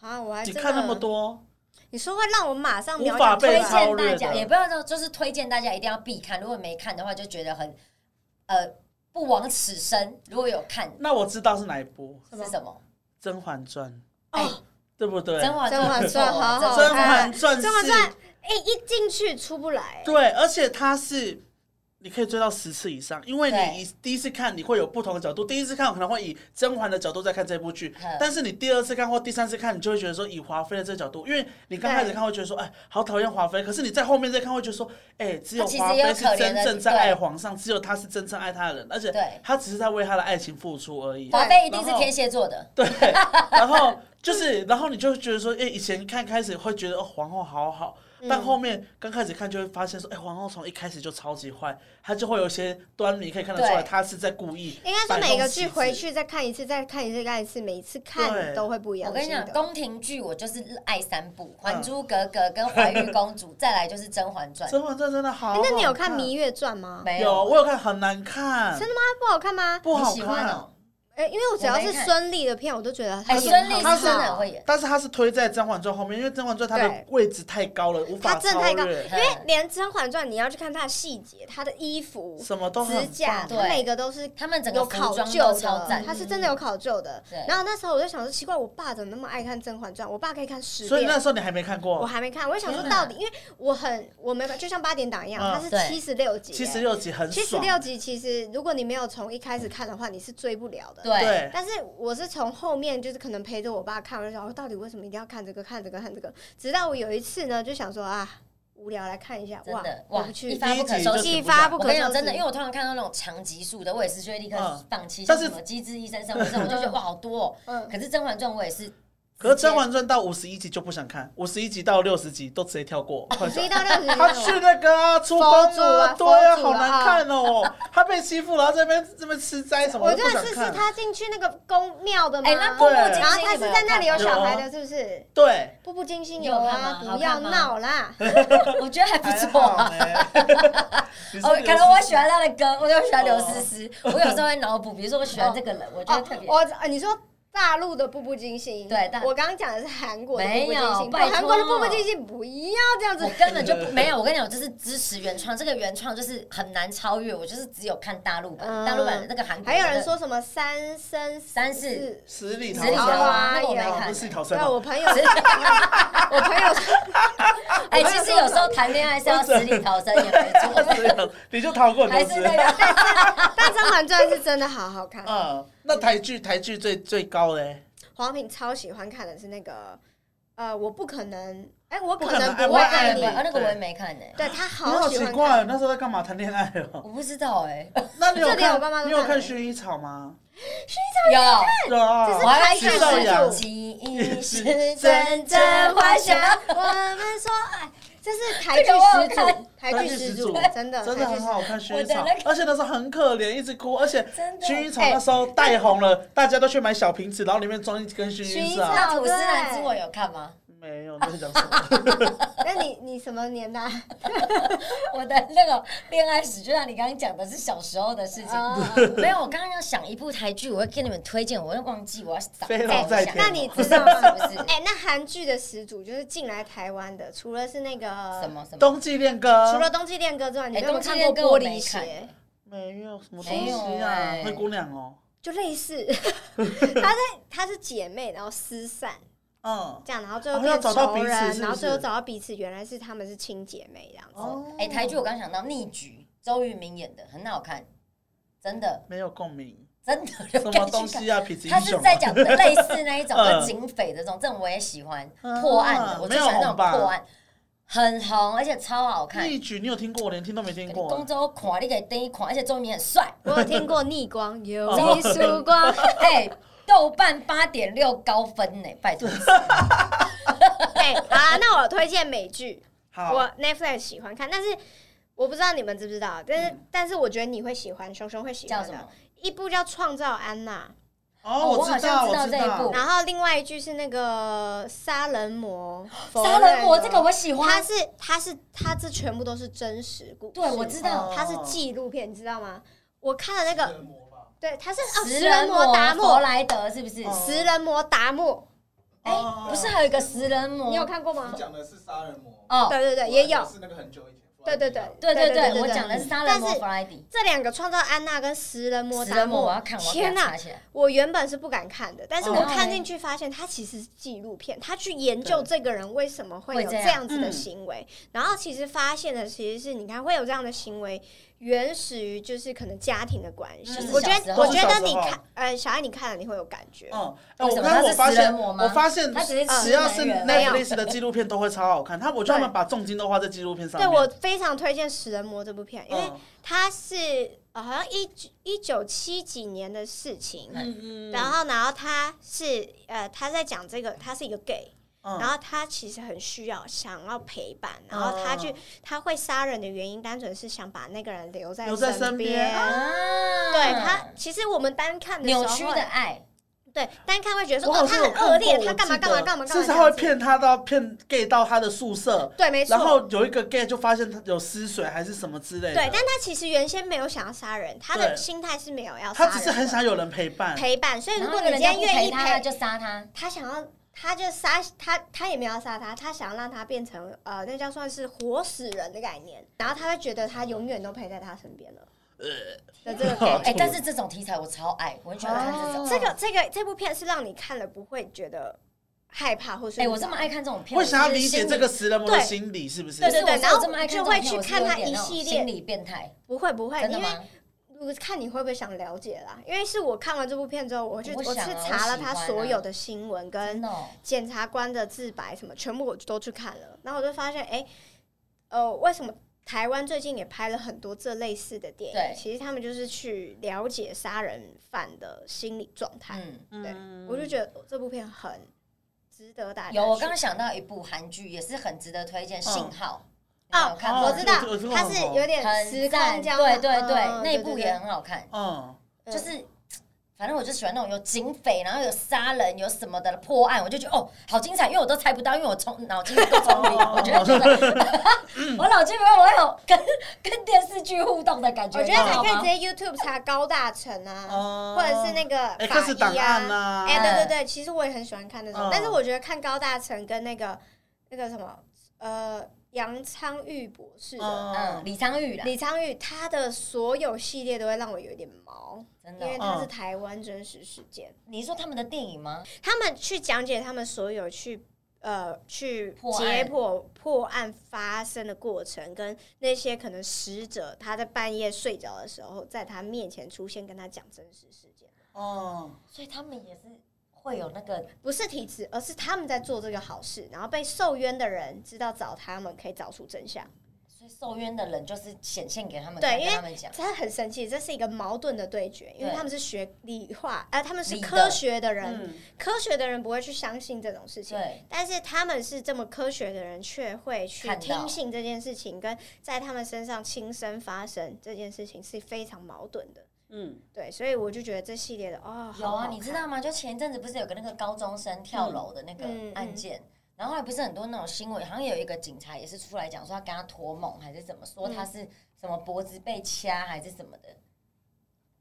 S3: 哼啊，
S1: 哎
S3: 我还
S4: 你
S3: 真的
S4: 看那么，多，
S3: 你说会让我马上
S4: 无
S3: 秒
S4: 法
S3: 想
S4: 被
S1: 推
S3: 推
S4: 超
S1: 荐
S3: 荐
S4: 越
S1: 大
S4: 的
S1: 家，也不要说就是推荐大家一定要必看，如果没看的话，就觉得很呃不枉此生。如果有看
S4: 那我知道是哪一部，
S3: 什么
S1: 是什么？
S4: 《甄嬛传》
S1: 哎
S3: 哦，
S4: 对不对？
S1: 甄嬛
S3: 甄嬛
S1: 传
S3: 传好好
S4: 甄
S3: 看
S4: 嬛
S1: 呃
S4: 传
S3: 甄嬛
S4: 是
S3: 传哎，一进去出不来，
S4: 对，而且它是你可以追到十次以上，因为
S1: 对
S4: 你一第一次看你会有不同的角度，第一次看我可能会以甄嬛的角度在看这部剧
S1: 嗯，
S4: 但是你第二次看或第三次看，你就会觉得说以华妃的这个角度，因为你刚开始
S3: 对
S4: 看会觉得说，哎，好讨厌华妃，可是你在后面再看会觉得说，哎，只有
S1: 啊她其实
S4: 华
S1: 也有
S4: 妃是
S1: 可怜
S4: 真
S1: 的
S4: 正在
S1: 对
S4: 爱皇上，只有她是真正爱她的人，而且
S1: 对
S4: 她只是在为她的爱情付出而已。
S1: 华妃一定是
S4: 然后
S1: 天蝎座的，
S4: 对，然后就是，然后你就会觉得说，哎、以前看开始会觉得哦，皇后好好，
S3: 嗯
S4: 但后面刚开始看就会发现说，哎、皇后从一开始就超级坏，她就会有一些端倪可以看得出来，
S1: 对
S4: 她是在故意。
S3: 应该说每个剧回，去再看一次，再看一次，再看一次，每一次看
S4: 对
S3: 都会不一样
S1: 我
S3: 的
S1: 跟
S3: 心
S1: 你
S3: 得。
S1: 讲，宫廷剧我就是爱三部，《还珠格格》跟《怀玉公主》，再来就是《甄嬛传
S4: 《甄》。嬛传》真的好
S3: 哎
S4: 好
S3: 那你有看《
S4: 看
S3: 芈？月传》吗？
S1: 没
S4: 有，我有看，很难看，
S3: 真的吗？不好看吗？
S4: 不
S1: 你
S4: 好
S1: 喜欢
S4: 看。
S1: 哦？
S3: 哎，因为我只要
S1: 我没
S3: 是
S1: 看
S3: 孙俪的片，我都觉得
S1: 哎，
S3: 她
S1: 孙俪
S3: 演
S1: 是
S3: 得很好
S1: 真的很会演，
S4: 但是它是推在《甄嬛传》后面，因为《甄嬛传》它的
S3: 对
S4: 位置太高了，无法
S3: 它真的太高
S4: 超越
S1: 因
S3: 因为连《甄嬛传》，你要去看她的细节，她的衣服、
S4: 什么都很
S3: 指甲，
S4: 棒
S1: 对
S3: 她每个都是
S1: 他们整个
S3: 有
S1: 服
S3: 考
S1: 装
S3: 究
S1: 都
S3: 的，
S1: 超赞。嗯
S3: 她是真的有考究的
S1: 对。
S3: 然后那时候我就想说，奇怪，我爸怎么那么爱看《甄嬛传》？我爸可以看十
S4: 所以那
S3: 遍。
S4: 时候你还没看
S3: 我
S4: 过
S3: 还没看，我就想说
S1: 天哪
S3: 到底，因为我很我没办法，就像八点档一样，
S4: 嗯
S3: 它是
S1: 对
S3: 七十六集，
S4: 七十六集，很
S3: 七十
S4: 爽。
S3: 六集其实如果你没有从一开始看的话，你是追不了的。
S1: 对，
S4: 对，
S3: 但是我是从后面就是可能陪着我爸看，我就想，我到底为什么一定要看这个看这个看这个？直到我有一次呢，就想说啊，无聊来看一下，
S1: 真的
S3: 我
S1: 哇
S3: 不，
S1: 一
S3: 去，
S1: 发不可收拾。
S4: 第一集就
S3: 一发不
S1: 我
S3: 可
S1: 跟你
S3: 收
S1: 讲，
S3: 拾。
S1: 真的，因为我通常看到那种长集数的，我也是就会立刻
S4: 嗯
S1: 放弃。
S4: 但
S1: 像
S4: 是
S1: 什么《机智医生生活》这种，我就觉得哇，好多哦。
S3: 嗯，
S1: 可是《甄嬛传》我也是直接，
S4: 可是《甄嬛传》到五十一集就不想看，五十一集到六十集都直接 跳过。快
S3: 十
S4: 转
S3: 一到六十集
S4: 他去那个啊，出宫
S3: 佛祖啊
S4: 对啊，
S3: 佛祖啊
S4: 好难看哦。他被欺负，然后这边这边吃斋什么，
S3: 我
S4: 都
S3: 真
S4: 不
S3: 的
S4: 想
S3: 是是
S4: 看。
S3: 他进去那个宫庙的吗？
S1: 哎，那步步
S4: 对
S1: 惊
S3: 然后
S1: 心，
S3: 他是
S1: 你们
S3: 在那里有
S1: 看吗
S3: 小孩的，是不是？
S4: 对，
S3: 步步惊心
S1: 有
S3: 有
S1: 看
S3: 啊，
S1: 吗好
S3: 不要
S1: 看吗
S3: 闹 啦！
S1: 我觉得还不
S4: 还
S1: 错
S4: 好
S1: 啊。
S4: 呢。你说
S1: 哦，
S4: 刘
S1: 可能我
S4: 诗诗
S1: 喜欢他的歌，我就喜
S4: 哦
S1: 欢刘诗诗。我有时候会脑补，比如说我喜欢这个人，我觉得特别
S3: 哦。我呃你说大陆的《步步惊心》，
S1: 对大
S3: 我刚刚讲的是韩国的《步步
S1: 没有
S3: 惊心》，哦
S1: 拜托
S3: 韩国的《步步惊心》不要这样子
S1: 我。根本就不没有，我跟你讲，我就是支持原创，这个原创就是很难超越，我就是只有看大陆版，
S3: 嗯
S1: 大陆版的那个韩国的
S3: 还有人说什么三生
S1: 三世
S3: 世，
S4: 十里桃
S1: 十里桃花，
S3: 花
S1: 那个我没
S3: 有
S4: 不
S1: 看。
S4: 是桃
S3: 对
S4: 山
S3: 啊，
S4: 吗
S3: 我朋友，我朋友
S1: 哎，其实有时候谈恋爱是要死里逃生也没 错，
S4: 这样你就逃过
S1: 还
S4: 很多
S1: 是
S4: 次
S1: 那。个
S3: 但《甄嬛传》是真的好好看，
S4: 嗯，那台剧台剧最最高嘞，
S3: 黄品超喜欢看的是那个，呃，我不可能，哎，我可
S4: 不可能
S3: 能
S4: 爱
S3: 不
S4: 我
S3: 会
S4: 爱
S3: 爱
S4: 你
S3: 你，
S1: 啊，那个我也没看呢，
S3: 对他
S4: 你好
S3: 好喜
S4: 奇
S3: 欢看。
S4: 怪，那哦时候在干嘛？谈恋爱哦。
S1: 我不知道哎，
S4: 那你有
S3: 这里
S4: 看
S3: 我爸妈都
S4: 你有
S3: 看
S4: 看
S3: 了
S4: 薰衣草吗？
S1: 有，
S4: 有啊
S3: 这是
S1: 我还
S4: 徐少
S1: 看
S4: 阳
S1: 记忆是阵阵花香，
S3: 我们说爱，这是台剧
S1: 这个我有
S3: 始祖
S1: 看，
S3: 台剧始祖
S4: 台剧始，祖
S3: 真的，
S4: 真
S3: 台剧
S4: 的很
S3: 始
S4: 好看薰衣
S1: 我的
S4: 草
S1: 那，个
S4: 而且那时候很可怜，一直哭，而且
S1: 真的哎
S4: 薰衣草那时候带红了，大家都去买小瓶子，然后里面装一根薰
S3: 薰
S4: 衣
S3: 衣
S4: 草
S3: 草。
S1: 那吐司男之我有看吗？
S4: 没有，你在讲什么？
S3: 祖。那你你什么年 代？
S1: 我的那个恋爱史，就像你刚刚讲的是小时候的事情。 没有，我刚刚要想一部台剧，我会给你们哎推荐，我会忘记我要找
S4: 飞龙在
S3: 哎
S4: 天
S3: 那你
S1: 不
S3: 知
S1: 是
S3: 道吗？
S1: 不是不是
S3: 哎，那韩剧的始祖就是进来台湾的，除了是那个
S1: 什？么什么？
S4: 冬季恋歌
S3: 除了《冬季恋歌》之外，你
S1: 哎
S3: 有没有
S1: 冬季
S3: 看
S1: 恋
S3: 过
S1: 歌
S3: 《
S1: 我
S3: 玻
S1: 没
S3: 璃
S1: 看
S3: 鞋》？
S4: 没有什么
S1: 没
S4: 东西
S1: 有
S4: 啊
S1: 哎，
S4: 灰姑娘哦，
S3: 就类 似，她在她是姐妹，然后失散，
S4: 嗯，
S3: 这样，然后最后
S4: 哦要
S3: 变
S4: 找到
S3: 仇
S4: 彼此
S3: 人，
S4: 是不
S3: 然后最后
S4: 是
S3: 找到彼此，原来是她们是亲姐妹这样子。
S4: 哦，
S1: 哎、台剧我刚想到《逆局》，周渝民演的，很好看，真的
S4: 没有 共鸣，
S1: 真的。
S4: 什么东西啊？痞子
S1: 他
S4: 英
S1: 是
S4: 雄
S1: 在
S4: 啊，
S1: 讲类似那一种，
S4: 嗯
S1: 就警匪的这种，这种我也喜欢
S4: 啊
S1: 破案的，我最喜欢那
S4: 没有
S1: 种
S4: 红吧
S1: 破案，很红，而且超好看。
S4: 逆局你有听过？我连听都没听过
S1: 公。州垮，你给灯一垮，而且周渝民很帅。
S3: 我有听过 逆光，有
S4: 哦
S3: 一束光，
S1: 哎、豆瓣八点六高分呢、拜托。
S3: 哎、好啊，那我推荐美剧，
S4: 好，
S3: 我 Netflix 喜欢看，但是我不知道你们知不知道，但是、但是我觉得你会喜欢，熊熊会喜
S1: 嗯叫
S3: 欢
S1: 什么
S3: 的，？一部叫《创造安娜
S4: 哦，
S1: 我好
S4: 知
S1: 像
S4: 道，
S1: 知道
S4: 我
S1: 这一部》，
S3: 然后另外一句是那个杀人魔，
S1: 杀人魔
S3: 佛
S1: 这个我喜
S3: 他
S1: 欢，
S3: 是他是他这全部都是真实故事，
S1: 对我知道
S3: 它是纪录片，你知道吗？我看了那个，对，它是哦，
S1: 食
S3: 食
S1: 人
S3: 人魔
S1: 魔
S3: 达
S1: 弗
S3: 莫，
S1: 莱德是不是？
S4: 哦
S3: 食人魔达莫，
S1: 哎、不是还有一个食人魔？
S3: 你有看过吗
S5: 你？讲的是杀人魔，
S1: 哦，
S3: 对对对，也有，
S5: 是那个很久以前，
S3: 对对对
S1: 对对
S3: 对
S1: 对，我讲的是杀人魔
S3: 但是
S1: Friday，
S3: 这两个创造安娜跟食人魔
S1: 死
S3: 达
S1: 人魔
S3: 摩，
S1: 我要看，我要
S3: 天
S1: 给它
S3: 哪
S1: 查！起来。
S3: 我原本是不敢看的，但是
S1: 哦
S3: 我看进去发现，它其实是纪录片，他去研究这个人为什么会有
S1: 会
S3: 这
S1: 这样嗯
S3: 样子的行为，然后其实发现的其实是，你看会有这样的行为，原始于就是可能家庭的关系
S1: 嗯。
S3: 我觉
S1: 就是小时
S3: 得，
S1: 候
S3: 我觉
S4: 小时
S3: 得
S4: 候
S3: 你看，呃，小爱你看了你会有感觉，
S4: 嗯，哎，
S1: 为
S4: 我
S1: 什么
S4: 刚
S1: 它
S4: 刚我
S1: 是
S4: 发
S1: 食人
S4: 现，
S1: 魔吗
S4: 我发现
S1: 它只是
S3: 呃
S4: 只
S1: 吃
S4: 要
S1: 人
S4: 是
S1: 员
S3: 没有
S4: Netflix 的纪录片都会超好看，他我觉得他们把重金都花在纪录片上
S3: 对
S4: 面。
S3: 我非常推荐《食人魔》这部片，因为
S4: 嗯
S3: 它是呃好像一一九七几年的事情，
S1: 嗯
S4: 嗯
S3: 然后然后他是呃他在讲这个，他是一个 gay，
S4: 嗯
S3: 然后他其实很需要想要陪伴，然后他去
S4: 哦
S3: 他会杀人的原因，单纯是想把那个人留在
S4: 留在身边哦
S3: 边。
S1: 啊，
S3: 对他，其实我们单看的时候
S1: 扭曲的爱，
S3: 对单看会觉得说
S4: 我好
S3: 哦，他
S4: 像有
S3: 很
S4: 看
S3: 恶劣，
S4: 过
S3: 他干嘛
S4: 我记
S3: 干嘛
S4: 得
S3: 干嘛干嘛，
S4: 甚至他会。骗他到骗 gay 到他的宿舍，
S3: 对，没错。
S4: 然后有一个 gay 就发现他有失水还是什么之类的，
S3: 对，但他其实原先没有想要杀人，他
S4: 对
S3: 的心态是没有要杀
S4: 他
S3: 人的，
S4: 只是很想有人陪伴。
S3: 陪伴。所以如
S1: 然
S3: 果
S1: 后
S3: 你
S1: 人
S3: 今
S1: 家
S3: 天
S1: 不
S3: 愿
S1: 陪
S3: 意
S1: 他，
S3: 陪
S1: 他，就杀 他，
S3: 他想要，他就杀他，他也没有要杀他，他想要让他变成呃，那叫算是活死人的概念。然后他会觉得他永远都陪在他身边了。呃，的这个 概
S1: 哎
S3: 念，，
S1: 但是这种题材我超爱，我很喜欢看哦这种。
S3: 这个这个这部片是让你看了不会觉得害怕或是
S1: 哎，我这么爱看这种片，
S4: 会想要
S1: 我就
S4: 理
S1: 是心
S4: 解
S1: 里
S4: 这个食人魔的
S3: 对
S4: 心理是不是？
S3: 对对
S1: 是我说
S3: 然后
S1: 我这么爱看这种
S3: 就会
S1: 片
S3: 去
S1: 我是
S3: 看
S1: 有
S3: 他
S1: 点
S3: 一
S1: 那种
S3: 系列
S1: 心理变态，
S3: 不会不会，
S1: 真的
S3: 因为
S1: 吗？
S3: 我看你会不会想了解啦？因为是我看完这部片之后，我去
S1: 我
S3: 我
S1: 想
S3: 去
S1: 啊我
S3: 查了
S1: 喜
S3: 他
S1: 欢
S3: 所
S1: 啊
S3: 有的新闻跟
S1: 真的哦，
S3: 检察官的自白什么，全部我都去看了。然后我就发现，哎、呃，为什么台湾最近也拍了很多这类似的电
S1: 对
S3: 影？其实他们就是去了解杀人犯的心理状态。
S1: 嗯。
S4: 嗯
S3: 我就觉得哦这部片很值得大家去。
S1: 有，我嗯刚刚想到一部韩剧，也是很值得推荐，《信号》你有
S3: 哦
S1: 看
S4: 哦
S1: 过
S3: 我知道
S4: 这个这个
S3: 它
S4: 很
S3: 是
S4: 好
S3: 有点
S1: 很
S3: 时
S1: 赞，对
S3: 光胶
S1: 对
S3: 囊
S1: 对，
S3: 嗯
S1: 那一部
S3: 对
S1: 也很好看，
S4: 嗯，
S3: 对
S1: 就是。嘖反正我就喜欢那种有警匪，然后有杀人，有什么的破案，我就觉得哦，好精彩，因为我都猜不到，因为我聪脑筋不够聪明，
S4: 哦
S1: 我觉得真的， 我脑筋不够，我有跟跟电视剧互动的感觉，
S3: 我觉得
S1: 你
S3: 你
S1: 知道
S3: 可以
S1: 吗
S3: 直接 YouTube 查高大成啊，
S4: 哦
S3: 或者是那个
S4: 哎，
S3: 法
S4: 看是档
S3: 医
S4: 案
S3: 啊。
S4: 呐，
S3: 哎、对对对，其实我也很喜欢看那种，
S4: 嗯
S3: 但是我觉得看高大成跟那个那个什么呃杨昌钰博士的、
S1: 嗯，
S4: 嗯，
S1: 李昌钰啦，
S3: 李昌钰，他的所有系列都会让我有一点毛，
S1: 真
S3: 因
S1: 的哦
S3: 为，他是台湾真实事件，
S1: 你说他们的电影吗？
S3: 他们去讲解他们所有去。呃，去
S1: 破案
S3: 解剖破案发生的过程，跟那些可能死者他在半夜睡着的时候，在他面前出现，跟他讲真实事件，
S4: 哦，
S1: 所以他们也是会有那个
S3: 不是体制，而是他们在做这个好事，然后被受冤的人知道找他们可以找出真相。
S1: 所以受冤的人就是显现给他们
S3: 对
S1: 看，
S3: 因
S1: 跟
S3: 为
S1: 他们讲，
S3: 他很神奇，这是一个矛盾的对决，因为
S1: 对
S3: 他们是学理化，呃，他们是
S1: 理的
S3: 科学的人，
S4: 嗯，
S3: 科学的人不会去相信这种事情。
S1: 对，
S3: 但是他们是这么科学的人，却会去
S1: 看到
S3: 听信这件事情，跟在他们身上亲身发生这件事情是非常矛盾的。
S4: 嗯，
S3: 对，所以我就觉得这系列的哦，
S1: 有
S3: 好好
S1: 啊，
S3: 看
S1: 你知道吗？就前一阵子不是有个那个高中生跳楼的那个
S3: 嗯嗯
S1: 案件，然后后来不是很多那种新闻，好像有一个警察也是出来讲说他跟他托梦还是怎么，说
S3: 嗯
S1: 他是什么脖子被掐还是什么的，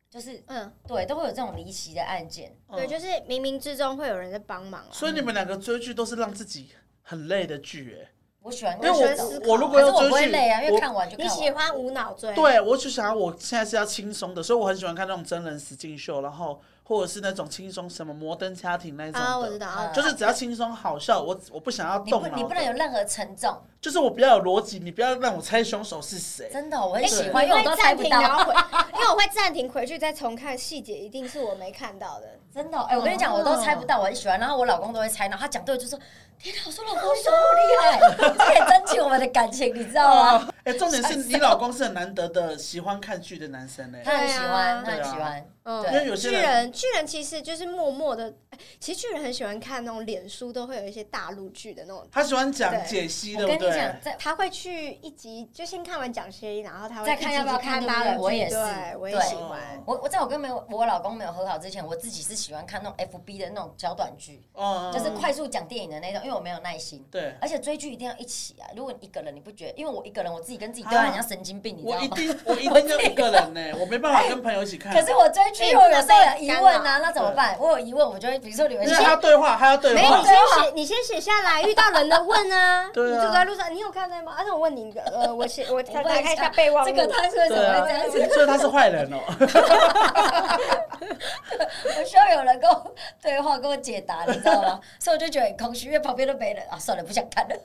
S1: 就是
S3: 嗯，
S1: 对，都会有这种离奇的案件。
S3: 对，
S4: 嗯
S3: 就是冥冥之中会有人在帮忙、啊。
S4: 所以你们两个追剧都是让自己很累的剧，哎。
S1: 我喜欢
S4: 因为
S1: 看这种，
S3: 思
S4: 我
S3: 考
S4: 我如
S1: 可
S4: 果
S1: 是
S4: 要
S1: 我
S4: 追
S1: 不会
S4: 剧，
S1: 累啊，因为
S4: 我
S1: 看完就看
S3: 你
S1: 完。
S3: 喜欢无脑追？
S4: 对我就想要我现在是要轻松的，所以我很喜欢看那种真人实境秀，然后或者是那种轻松什么摩登家庭那一种
S3: 啊，我
S4: 的嗯
S3: 知道，啊
S4: 就是只要轻松好笑，我我不想要
S1: 你不
S4: 动脑
S1: 你不能有
S4: 的，
S1: 任何沉重，
S4: 就是我不要有逻辑，你不要让我猜凶手是谁。
S1: 真的我很喜
S4: 对
S1: 欢，因为我都猜不
S3: 然
S1: 到。
S3: 后回，因为我会暂停回去再重看细节，一定是我没看 到的。
S1: 真的哦，哎、我跟你讲，
S4: 哦
S1: 我都猜不到，我很喜欢，然后我老公都会猜，然后他讲对，我就说天哪，我说老公你怎么那么厉害， 这也增进我们的感情，你知道吗？
S4: 啊，哎，重点是你老公是很难得的喜欢看剧的男生哎，
S1: 他很喜欢，他
S4: 对啊
S1: 很喜欢，
S3: 嗯
S1: 对
S4: 因为有些
S3: 巨
S4: 人
S3: 人，巨人其实就是默默的，哎其实巨人很喜欢看那种脸书都会有一些大陆剧的那种，
S4: 他喜欢讲
S3: 对
S4: 解析，
S1: 我
S4: 对
S1: 跟
S4: 不
S1: 你
S4: 对
S1: 讲，？在
S3: 他会去一集就先看完讲些，然后他会
S1: 再看
S3: 一集
S1: 要不要
S3: 去
S1: 看对不
S3: 看大
S1: 对
S3: 陆剧，
S1: 我也是
S3: 对我也
S1: 对
S3: 喜
S4: 哦
S3: 欢。
S1: 我我在我跟没有我老公没有和好之前，我自己是喜欢看那种 FB 的那种小短剧，
S4: 哦，
S1: 就是快速讲电影的那种，因为我没有耐心。
S4: 对，
S1: 而且追剧一定要一起啊！如果你一个人，你不觉得？因为我一个人，我自己跟自己对话，
S4: 啊
S1: 很像神经病，你知
S4: 我
S1: 道
S4: 一
S1: 吗？
S4: 定啊我 一定要一个人呢，我没办法跟朋友一起看。
S1: 可是我追
S3: 哎
S1: 剧，
S3: 你
S1: 我
S3: 不
S1: 有
S3: 能
S1: 时候有
S3: 被
S1: 疑
S3: 干
S1: 问
S3: 扰
S1: 啊，那怎么办？我有疑问，我就会比如说你们
S4: 因为还要对话，还要对
S3: 没有，
S4: 话
S3: 你。先写，你先写下来，遇到人的问啊。
S4: 对啊
S3: 你走在路上，你有看到吗？而且我问你，呃，我写，我 打
S1: 我问
S3: 打
S1: 一下
S3: 开一下备忘
S1: 这
S3: 录。
S1: 个他是为什
S4: 对
S1: 么
S4: 啊
S1: 会这样子？，
S4: 所以他是坏人哦。
S1: 我需要有人跟我对话，跟我解答，你知道 吗？所以我就觉得很空虚，因为旁边都没人啊，算了，不想看了。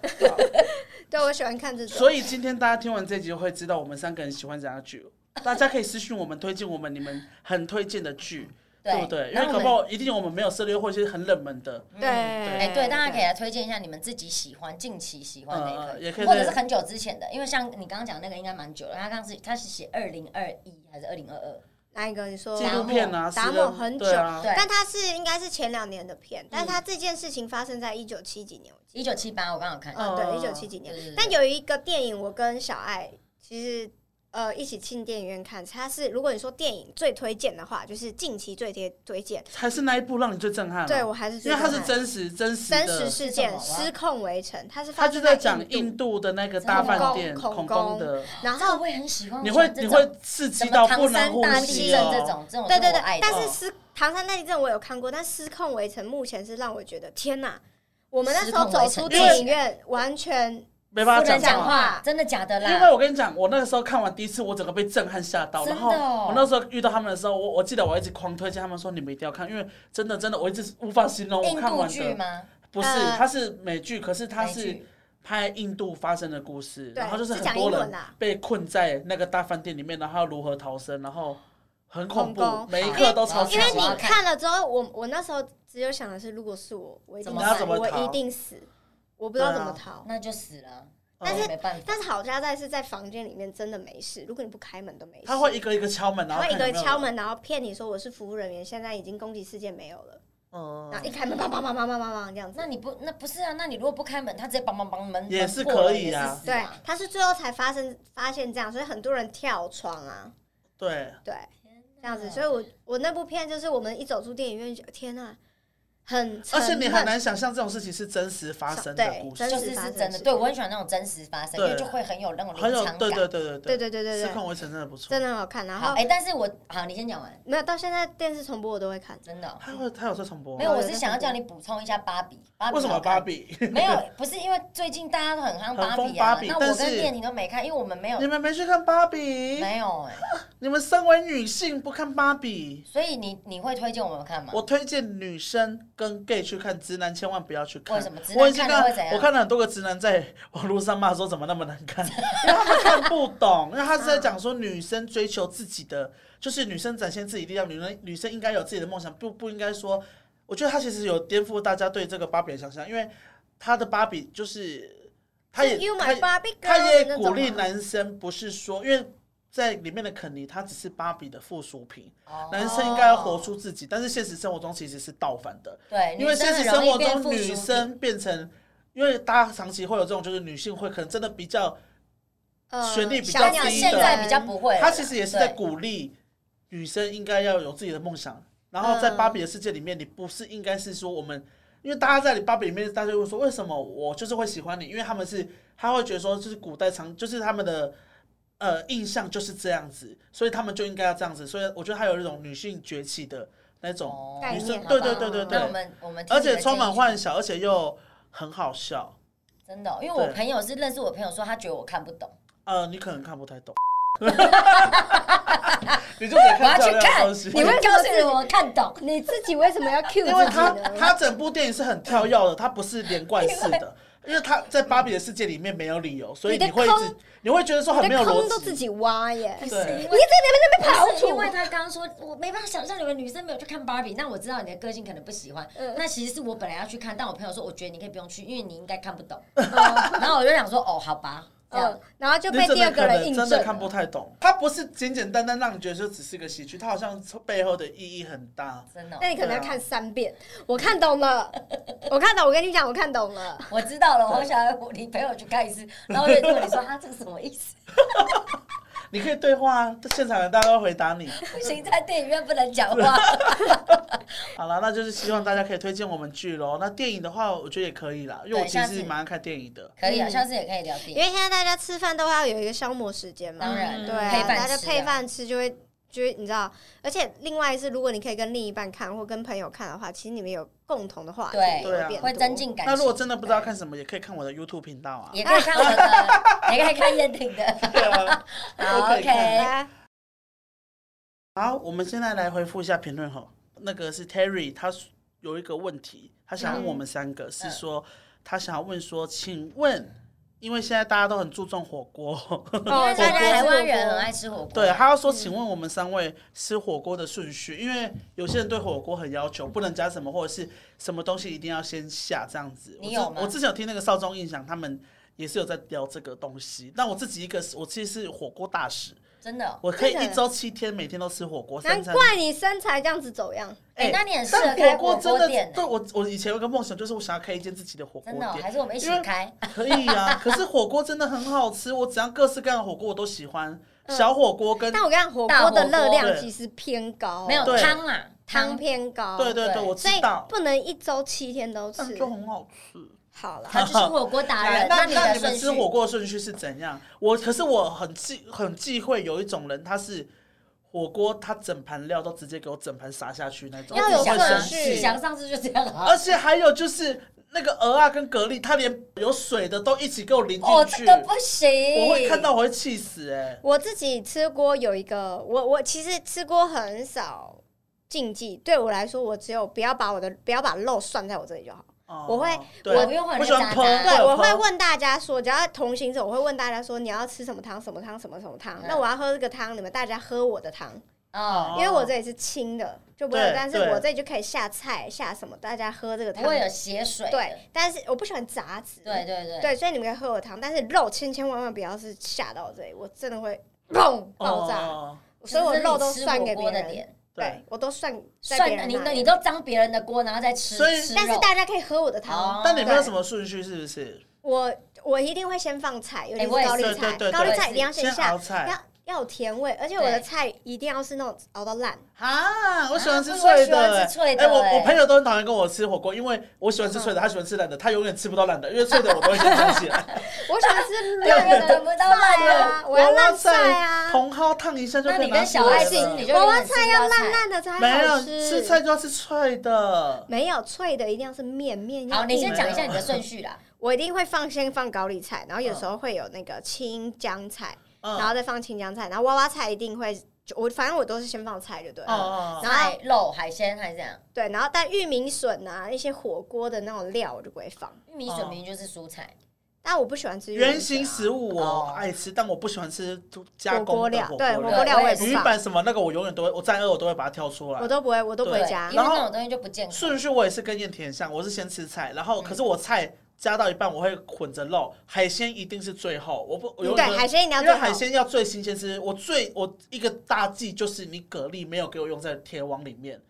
S3: 对，我喜欢看这种。
S4: 所以今天大家听完这集会知道我们三个人喜欢怎样的剧，大家可以私信我们推荐我们你们很推荐的剧，对不对？因
S1: 然
S4: 为
S1: 后
S4: 搞
S1: 我
S4: 不
S1: 们
S4: 好一定有我们没有涉猎或者是很冷门的，
S3: 对，
S1: 哎、
S3: 哎
S4: 嗯
S1: 对，大家可以来推荐一下你们自己喜欢、近期喜欢的
S4: 呃
S1: 也
S4: 也
S1: 可
S4: 可
S1: 以，
S4: 以
S1: 或者
S4: 在
S1: 是很久之前的，因为像你刚刚讲那个应该蛮久了，他刚是他是写二零二一还是二零二二？
S3: 哪一个？你说
S4: 纪录片啊，
S3: 达
S4: 私
S3: 摩
S4: 人
S3: 很久
S4: 对啊，
S1: 对
S3: 但它是应该是前两年的片，但
S4: 嗯
S3: 它这件事情发生在一九七几年，我记
S1: 一九七八，我刚好看
S3: 得，。嗯，
S4: 哦
S3: 对，一九七几年
S1: 对。对对
S3: 但有一个电影，我跟小爱其实呃一起进电影院看，它是如果你说电影最推荐的话，就是近期最推推荐，
S4: 还是那一部让你最震撼啊。
S3: 对我还是
S4: 因为它是
S3: 最
S4: 真实真实
S3: 真实
S4: 的，
S3: 事件，
S1: 是什么啊
S3: 失控围城，它是
S4: 他
S3: 发
S4: 就
S3: 生
S4: 在讲
S3: 印
S4: 印度的那个大饭店
S3: 恐攻
S4: 恐攻的，
S3: 然
S1: 这个
S3: 后
S1: 我也很喜欢，
S4: 你
S1: 我喜
S4: 会
S1: 欢这
S4: 你
S1: 种
S4: 会刺激
S1: 什
S4: 到
S1: 么
S4: 不
S1: 唐
S4: 能
S1: 山
S4: 呼
S1: 大
S4: 吸
S1: 地
S4: 哦
S1: 震这种这种，
S3: 对对
S1: 是
S3: 对
S1: 我爱，的
S3: 但是失唐山那一阵我有看过，但失控围城目前是让我觉得天哪！我们那时候走出电影院，完全
S4: 没办
S1: 不
S4: 法
S1: 能
S4: 讲
S1: 讲
S4: 话。
S1: 话，真的假的
S4: 因为
S1: 啦？
S4: 我跟你讲，我那个时候看完第一次，我整个被震撼吓到。
S1: 真的
S4: 然后
S1: 哦
S4: 我那时候遇到他们的时候，我我记得我一直狂推荐他们说你们一定要看，因为真的真的我一直无法形容
S1: 印
S4: 我看
S1: 度
S4: 完
S1: 剧
S4: 的。
S1: 吗？
S4: 不是
S3: 呃，
S4: 它是美剧，可是它
S1: 美
S4: 是
S1: 剧
S4: 拍印度发生的故事，
S3: 对
S4: 然后就是
S3: 是
S4: 很
S3: 讲
S4: 多
S3: 英文啊
S4: 人
S3: 啦
S4: 被困在那个大饭店里面，然后要如何逃生，然后很恐怖
S3: 恐，攻
S4: 每一刻都超
S3: 因
S4: 级
S3: 为
S1: 我要
S3: 你
S1: 看
S3: 看了之后，我我那时候只有想的是，如果是我，我一定
S1: 怎么办
S3: 死，
S1: 怎
S4: 么
S3: 我
S4: 逃
S3: 一定死，我不知道怎么逃。
S1: 那就死了，
S4: 嗯但
S1: 那
S4: 是
S1: 也没办法。
S3: 但是好家在是在房间里面真的没事，如果你不开门都没事。
S4: 他会一个一个敲门，然
S3: 他
S4: 后
S3: 会一
S4: 看
S3: 个
S4: 有没有
S3: 敲门，然后骗你说我是服务人员，现在已经攻击事件没有了，
S4: 人，
S3: 然后
S4: 嗯，
S3: 一开门，砰砰砰砰砰砰砰这样子
S1: 那。你不那不是啊？那你如果不开门，他直接帮帮帮门
S4: 也是
S1: 门破了
S4: 可以啊
S1: 也是死
S3: 对，他是最后才发生发现这样，所以很多人跳窗啊，
S4: 对，
S3: 对，这样子。
S1: 嗯
S3: 所以我我那部片就是我们一走出电影院就，天呐、很
S4: 而且你很
S3: 沉闷
S4: 难想象这种事情是真实发生的
S3: 对
S4: 故事
S3: 真，
S1: 就
S3: 实
S1: 是
S3: 发
S1: 是
S3: 生
S1: 真的，
S3: 事
S1: 对我很喜欢那种真实发生，因为
S4: 对
S1: 就会很有那种
S4: 很
S1: 临
S4: 有
S1: 场
S4: 对对
S1: 感。
S4: 对
S3: 对对对对
S4: 失
S3: 对，
S4: 控围城真的不错
S3: 真。的很好看。然
S1: 好，
S3: 后
S1: 哎、但是我好，你先讲完，
S3: 没有到现在电视重播我都会看，
S1: 真的哦、
S4: 他会他有在重播吗
S1: 没有，
S3: 我
S1: 我
S3: 有
S1: 是
S3: 在
S1: 想要
S3: 看过
S1: 叫你补充一下芭比。芭比
S4: 为什么
S1: 好看
S4: 芭？比？
S1: 没有，不是因为最近大家都很夯
S4: 很
S1: 芭
S4: 疯
S1: 比啊
S4: 芭。比
S1: 那
S4: 但
S1: 我跟
S4: 是
S1: 念宁都没看，因为我们没有
S4: 你们没去看芭比？
S1: 没有哎、
S4: 你们身为女性不看芭比？
S1: 所以你你会推荐我们看吗？
S4: 我推荐女生跟 gay 去看，直男千万不要去看。
S1: 为什么直男
S4: 我已经
S1: 看了会怎样
S4: 我看了很多个直男在网络上骂说怎么那么难 看，因为他们看不懂，因为他是在讲说女生追求自己的，就是女生展现自己力量，女人女生应该有自己的梦想，不不应该说。我觉得他其实有颠覆大家对这个芭比的想象，因为他的芭比就是他也
S3: 是 You
S4: 他
S3: My Barbie Girl
S4: 他
S3: 的那
S4: 也
S3: 种
S4: 鼓励
S3: 吗
S4: 男生，不是说因为在里面的肯尼，他只是芭比的附属品，
S1: 哦
S4: 男生应该要活出自己，但是现实生活中其实是倒反的，
S1: 对，
S4: 因为
S1: 哦女生
S4: 现
S1: 很
S4: 实
S1: 容
S4: 生
S1: 易
S4: 活
S1: 变附
S4: 中女
S1: 属
S4: 生变成，因为大家长期会有这种，就是女性会可能真的比较，
S3: 呃，
S4: 旋律比
S1: 品
S4: 较
S3: 小
S1: 但
S3: 鸟
S1: 是
S4: 低啊
S1: 现
S4: 的
S1: 在比较不会了啦。
S4: 她其实也是
S1: 对
S4: 在
S1: 啊
S4: 鼓励女生应该要有自己的梦想。然后在芭比的世界里面，你不是应该是说我们，因为大家在你芭比里面，大家就会说为什么我就是会喜欢你，因为他们是他会觉得说就是古代常就是他们的。呃，印象就是这样子，所以他们就应该要这样子，所以我觉得还有那种女性崛起的那种，
S1: 哦
S3: 概
S4: 女
S3: 念
S4: 生
S3: 好
S4: 对
S3: 吧
S4: 对对对对
S1: 那我们我们听
S4: 而
S1: 你的
S4: 且充满
S1: 建议
S4: 幻想，而且又很好笑。
S1: 真的哦、因为我
S4: 对
S1: 朋友是认识我朋友说，他觉得我看不懂。
S4: 呃，你可能看不太懂， 你就得
S1: 我要
S4: 看
S1: 去
S4: 漂亮的
S1: 看，
S4: 东西。
S1: 你会告诉我看懂。
S3: 你自己为什么要 cue
S4: 因为
S3: 自己
S4: 它
S3: 呢？
S4: 它整部电影是很跳跃的，它不是连贯式的，因为它在芭比的世界里面没有理由，所以
S3: 你的
S4: 你会一直
S3: 坑
S4: 你会觉得说很
S3: 你
S4: 没有
S3: 的
S4: 逻
S3: 坑都自
S4: 辑。
S3: 己挖耶，
S1: 不
S3: 你
S1: 是
S4: 对
S1: 因为
S3: 在那边在那
S1: 不
S3: 边刨
S1: 是因为
S3: 土，
S1: 他刚刚说，我没办法想象你们女生没有去看芭比。那我知道你的个性可能不喜欢。
S3: 嗯
S1: 那其实是我本来要去看，但我朋友说，我觉得你可以不用去，因为你应该看不 懂。然后我就想说，哦，好吧，这样
S3: 嗯，然后就
S4: 你
S3: 被
S4: 真
S3: 第
S4: 的
S3: 二
S4: 可
S3: 个人
S4: 能
S3: 印
S4: 真
S3: 证
S4: 的看不
S3: 了。
S4: 太懂，它不是简简单单让你觉得就只是个喜剧，它好像背后的意义很大。
S1: 真的哦、
S3: 那你可能要
S4: 对啊
S3: 看三遍，我看懂 了，我看懂，我跟你讲，我看懂了。
S1: 我知道了，我想要我你朋友去看一次，然后我就跟你说， 他、啊、这个什么意思？
S4: 你可以对话啊，现场人大家都会回答你。
S1: 不行，在电影院不能讲 话。
S4: 好了，那就是希望大家可以推荐我们剧喽。那电影的话，我觉得也可以啦，因为我
S1: 对
S4: 其
S1: 下
S4: 实
S1: 次
S4: 蛮爱看电影的。
S1: 可以啊，
S3: 嗯
S1: 下次也可以聊电
S3: 因
S1: 影。
S3: 为现在大家吃饭都要有一个消磨时间嘛，
S4: 嗯
S1: 当然，
S3: 对啊，
S1: 嗯配饭吃啊
S3: 大家配饭吃就会就是你知道，而且另外是，如果你可以跟另一半看或跟朋友看的话，其实你们有共同的话题
S1: 对
S3: 也会变多
S1: 会增。进感情。
S4: 那如果真的不知道看什么，也可以看我的 YouTube 频道啊。
S1: 也可以看我的，也可以看燕婷 的。
S4: 对啊
S1: 好
S4: 都可以看
S1: OK
S3: 啊
S4: 好，我们现在来回复一下评论哈。那个是 Terry，他有一个问题，他想问我们三个，
S1: 嗯
S4: 是说他想要问说，请问，因为现在大家都很注重火锅，
S3: 哦
S1: 因为大家台湾人很
S3: 爱。
S1: 爱吃火锅，
S4: 对，他要说，
S1: 嗯
S4: 请问我们三位吃火锅的顺序，因为有些人对火锅很要求，不能加什么或者是什么东西一定要先下这样子。
S1: 你
S4: 我之
S1: 有吗
S4: 我之前有听那个少中印象，他们也是有在聊这个东西。那我自己一个是，我其实是火锅大使，
S1: 真的哦。
S4: 我可以
S3: 真的
S4: 一周七天每天都吃火锅，三
S3: 难
S4: 餐。
S3: 怪你身材这样子走样，
S1: 哎，那你很适合
S4: 但
S1: 开
S4: 火
S1: 火
S4: 锅真
S1: 锅
S4: 的
S1: 店，
S4: 对我，我以前有个梦想，就是我想要开一间自己的火锅
S1: 真的哦，
S4: 店，
S1: 还是我们一起开？
S4: 可以 啊。可是火锅真的很好吃，我只要各式各样的火锅我都喜欢，
S1: 嗯
S4: 小火锅跟
S3: 但我跟你讲，火
S1: 大火
S3: 锅
S1: 锅
S3: 的热量
S4: 对
S3: 其实偏高，哦
S1: 没有
S4: 对
S1: 汤啦，
S3: 汤
S1: 汤片，
S3: 偏高，
S4: 对对对，
S1: 对
S4: 我知
S3: 所以
S4: 道，
S3: 不能一周七天都
S4: 但
S3: 吃
S4: 嗯就。很好吃。
S3: 好了，
S1: 他就是火锅
S3: 啊
S1: 达
S4: 来
S1: 人。
S4: 那
S1: 你
S4: 那
S1: 的
S4: 你们
S1: 顺
S4: 吃
S1: 序，
S4: 火锅的顺序是怎样？我可是我很忌很忌讳有一种人，他是火锅他整盘料都直接给我整盘撒下去那种，
S3: 要有
S4: 我会
S3: 顺
S4: 生
S1: 想
S3: 序
S4: 气。
S1: 想上次就这样啊
S4: 而。且还有就是那个鹅啊跟蛤蜊，它连有水的都一起给我淋
S1: 哦，这
S4: 进去，
S1: 个不行。
S4: 我会看到我会气死哎、欸。
S3: 我自己吃锅有一个，我我其实吃锅很少禁忌，对我来说，我只有不要把我的不要把肉算在我这里就好。
S4: 哦
S3: 我会
S4: 对
S1: 我不用很
S4: 我喜欢
S1: 认
S4: 烹，
S1: 真啊
S3: 对，
S4: 有
S3: 我会
S4: 烹
S3: 问大家说，只要同行者，我会问大家说，你要吃什么汤，什么汤，什么什么汤
S1: 嗯。
S3: 那我要喝这个汤，你们大家喝我的汤，
S1: 哦，
S3: 因为我这里是清的，就不
S4: 对
S3: 会，但是
S4: 对
S3: 我这里就可以下菜下什么，大家喝这个
S1: 不
S3: 汤。
S1: 会有血水。
S3: 对，但是我不喜欢杂质。
S1: 对对对，
S3: 对，所以你们可以喝我汤，但是肉千千万万不要是下到我这里，我真的会砰爆炸。
S4: 哦
S3: 所以我
S1: 这是
S3: 肉都
S1: 你吃
S3: 算给
S1: 火锅
S3: 别
S1: 的
S3: 人，
S1: 点，
S4: 对
S3: 对，我都算在别
S1: 算
S3: 人
S1: 你
S3: 那
S1: 你
S3: 里。
S1: 都脏别人的锅，然后再吃
S4: 所以
S1: 吃肉。
S3: 但是大家可以喝我的汤
S1: 哦，
S4: 但你没有
S3: 对
S4: 什么顺序是不是？
S3: 我我一定会先放菜，尤其
S1: 哎
S3: 是
S1: 我也
S3: 高丽
S4: 是对
S3: 菜
S4: 对对，
S3: 高丽
S1: 对
S3: 菜一定要
S4: 先
S3: 下
S4: 熬，菜
S3: 要要有甜味，而且我的菜一定要是那种熬到烂。
S4: 啊，我喜欢吃
S1: 啊
S4: 脆的、
S1: 我也喜
S4: 欸，
S1: 欢吃脆的
S4: 哎、我
S1: 欸
S4: 我朋友都很讨厌跟我吃火锅，因为我喜欢吃脆的，他喜欢吃烂的，他永远吃不到烂的，因为脆的我都会先想起来。
S3: 我喜欢吃
S1: 永
S3: 烂
S1: 远等
S3: 的
S1: 不到烂
S3: 菜
S1: 的。
S3: 啊，我要烂菜 啊，
S4: 茼蒿烫一下就
S1: 那
S4: 可以
S1: 你
S4: 拿
S1: 跟
S4: 出
S1: 小爱
S4: 来
S1: 吃，
S4: 了。
S1: 你就
S3: 娃
S1: 永
S3: 娃
S1: 远吃
S3: 菜
S1: 不
S3: 要
S1: 到
S3: 烂烂的才
S4: 没有
S3: 好
S4: 吃菜就要吃脆的，
S3: 没有脆的，一定要是面面要
S1: 好，你先
S3: 硬
S1: 讲
S3: 的嗯
S1: 一下你的顺序啦。
S3: 我一定会放先放高丽菜，然后有时候会有那个青江菜，
S4: 嗯
S3: 然后再放青江菜，然后娃娃菜一定会，就我反正我都是先放菜就对了。
S4: 哦哦
S3: 然后
S1: 菜、肉、海鲜啊还是这样。
S3: 对，然后但玉米笋啊，一些火锅的那种料我就不会放，
S1: 玉米笋明明就是蔬菜，
S3: 但我不喜欢吃玉米笋啊
S4: 圆形食物我
S1: 哦
S4: 爱吃，但我不喜欢吃加
S3: 火
S4: 工
S3: 锅
S4: 的
S3: 料，
S4: 火锅
S3: 对火
S4: 料。
S3: 锅料我也不
S4: 鱼
S3: 放，
S4: 板什么那个我永远都会，我战二我都会把它挑出来
S3: 我。都不会，我都不会
S4: 对
S3: 加
S1: 因为。
S4: 然后
S1: 那种东西就不健康。
S4: 顺序我也是跟燕田很像，我是先吃菜，然后可是
S3: 嗯
S4: 我菜加到一半我会混着肉，海鲜一定是最后，我不我永
S3: 嗯对，
S4: 远都
S3: 海鲜一定要
S4: 因
S3: 最
S4: 为
S3: 后
S4: 海鲜要最新鲜吃，我最我一个大忌就是你蛤蜊没有给我用在铁网里面，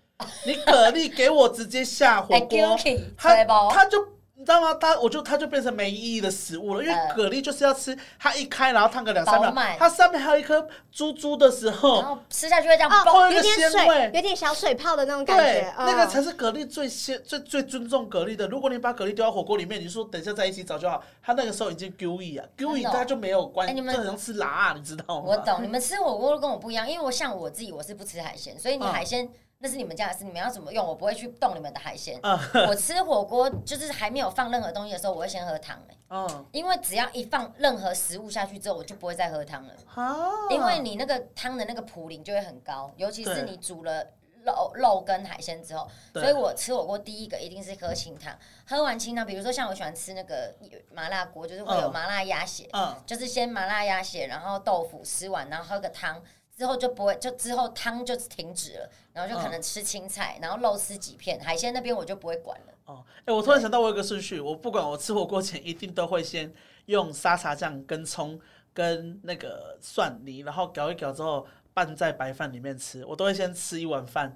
S4: 你蛤蜊给我直接下火
S1: 哎
S4: 锅，
S1: ，guilty，
S4: 它
S1: 对不？
S4: 它就你知道吗？它我就它就变成没意义的食物了，因为
S1: 嗯
S4: 蛤蜊就是要吃，它一开然后烫个两三秒
S1: 饱满，
S4: 它上面还有一颗珠珠的时
S1: 然
S4: 候，
S1: 后吃下去会这样
S4: 会
S1: 爆。
S4: 有
S3: 哦，
S4: 一
S3: 有
S4: 个
S3: 点
S4: 鲜味
S3: 水，有点小水泡的那种感
S4: 对
S3: 觉，，
S4: 那个
S3: 嗯
S4: 才是蛤蜊最鲜最最尊重蛤蜊的。如果你把蛤蜊丢到火锅里面，你说等一下在一起找就好，它那个时候已经丢一啊，丢一
S1: 真的哦
S4: 它就没有关
S1: 哎
S4: 系，
S1: 你
S4: 就
S1: 们
S4: 很像吃辣啊，你知道吗？
S1: 我懂，你们吃火锅跟我不一样，因为我像我自己，我是不吃海鲜，所以你
S4: 嗯
S1: 海鲜那是你们家的事，你们要怎么用，我不会去动你们的海鲜。
S4: 嗯
S1: 我吃火锅就是还没有放任何东西的时候，我会先喝汤、欸、
S4: 嗯。
S1: 因为只要一放任何食物下去之后，我就不会再喝 汤了，
S4: 啊，
S1: 因为你那个汤的那个普林就会很高，尤其
S4: 对
S1: 是你煮了。肉肉跟海鲜之后，
S4: 对
S1: 所以我吃火锅第一个一定是喝清汤。喝完清汤，比如说像我喜欢吃那个麻辣锅，就是会有
S4: 嗯
S1: 麻辣鸭血，
S4: 嗯，
S1: 就是先麻辣鸭血，然后豆腐吃完，然后喝个汤，之后就不会，就之后汤就停止了，然后就
S4: 嗯
S1: 可能吃青菜，然后肉吃几片，海鲜那边我就不会管了。
S4: 哦，哎、我突然想到我有一个顺序，我不管我吃火锅前一定都会先用沙茶酱跟葱跟那个蒜泥，然后搅一搅之后拌在白饭里面吃，我都会先吃一碗饭。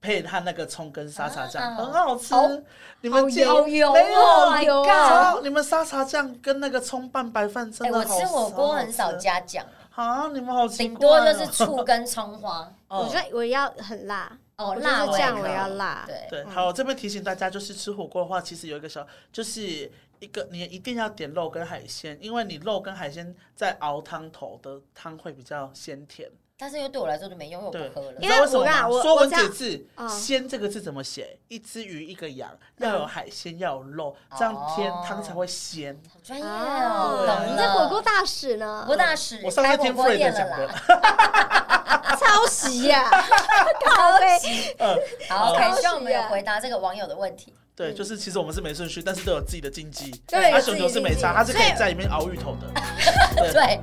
S4: 配它那个葱跟沙茶酱、
S1: 啊
S4: 很好吃，
S1: 好
S4: 你们见
S1: 好油哦
S4: 没有
S1: my god
S4: 超你们沙茶酱跟那个葱拌白饭真
S1: 哎、
S4: 的
S1: 我
S4: 好好
S1: 吃火锅很少
S4: 吃
S1: 加酱，
S4: 啊，你们好奇
S1: 顶
S4: 怪、哦，
S1: 多就是醋跟葱 花。
S3: 嗯
S4: 哦
S3: 我觉得我要很辣，
S1: 哦，
S3: 我就
S1: 辣
S3: 是
S1: 我
S3: 酱
S1: 也
S3: 我
S1: 可以
S3: 要辣，
S1: 对，
S4: 对，好，这边提醒大家，就是吃火锅的话，其实有一个小，就是一个你一定要点肉跟海鲜，因为你肉跟海鲜在熬汤头的汤会比较鲜甜。
S1: 但是因为对我来说就没用，因为我
S4: 对
S1: 不喝了
S4: 你。
S3: 因
S4: 知
S3: 为
S4: 道为什
S3: 我跟
S4: 么
S3: 你
S4: 吗？
S3: 讲我
S4: 说
S3: 我
S4: 文
S3: 知道
S4: 解字
S3: 哦，
S4: 鲜这个字怎么写？一只鱼，一个羊，
S3: 嗯
S4: 要有海鲜，要有肉，这样天
S1: 哦
S4: 汤才会鲜。
S1: 好专业哦，懂
S4: 对
S1: 了。
S3: 啊你这火锅大使呢
S1: 火？锅大使
S3: 嗯
S4: 我上
S1: 开
S4: 次
S1: 火
S4: 听
S1: 锅
S4: Fred
S1: 店
S4: 讲
S1: 了
S4: 的
S1: 啦。，
S3: 抄袭呀， 靠背。
S4: 嗯，
S1: 好
S3: 抄
S1: ，OK，
S3: 袭
S1: 希望我们有
S3: 啊
S1: 回答这个网友的问题。
S4: 对，就是其实我们是没顺序，但是都有自己的禁忌。
S3: 对有
S4: 他
S3: 自
S4: 熊
S3: 己
S4: 熊是没
S3: 禁忌
S4: 差，他是可
S3: 所
S4: 以
S3: 以
S4: 在里面熬芋头的。对，
S1: 对，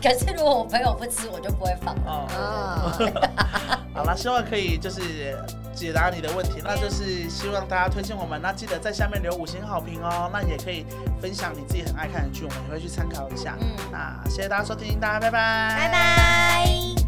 S1: 可是如果我朋友不吃，我就不会放。
S4: 哦，
S3: 啊，
S4: 好啦，希望可以就是解答你的问题，那就是希望大家推荐我们，那记得在下面留五星好评哦，那也可以分享你自己很爱看的剧，我们也会去参考一下。
S1: 嗯
S4: 那谢谢大家收听，大家拜拜，
S3: 拜拜。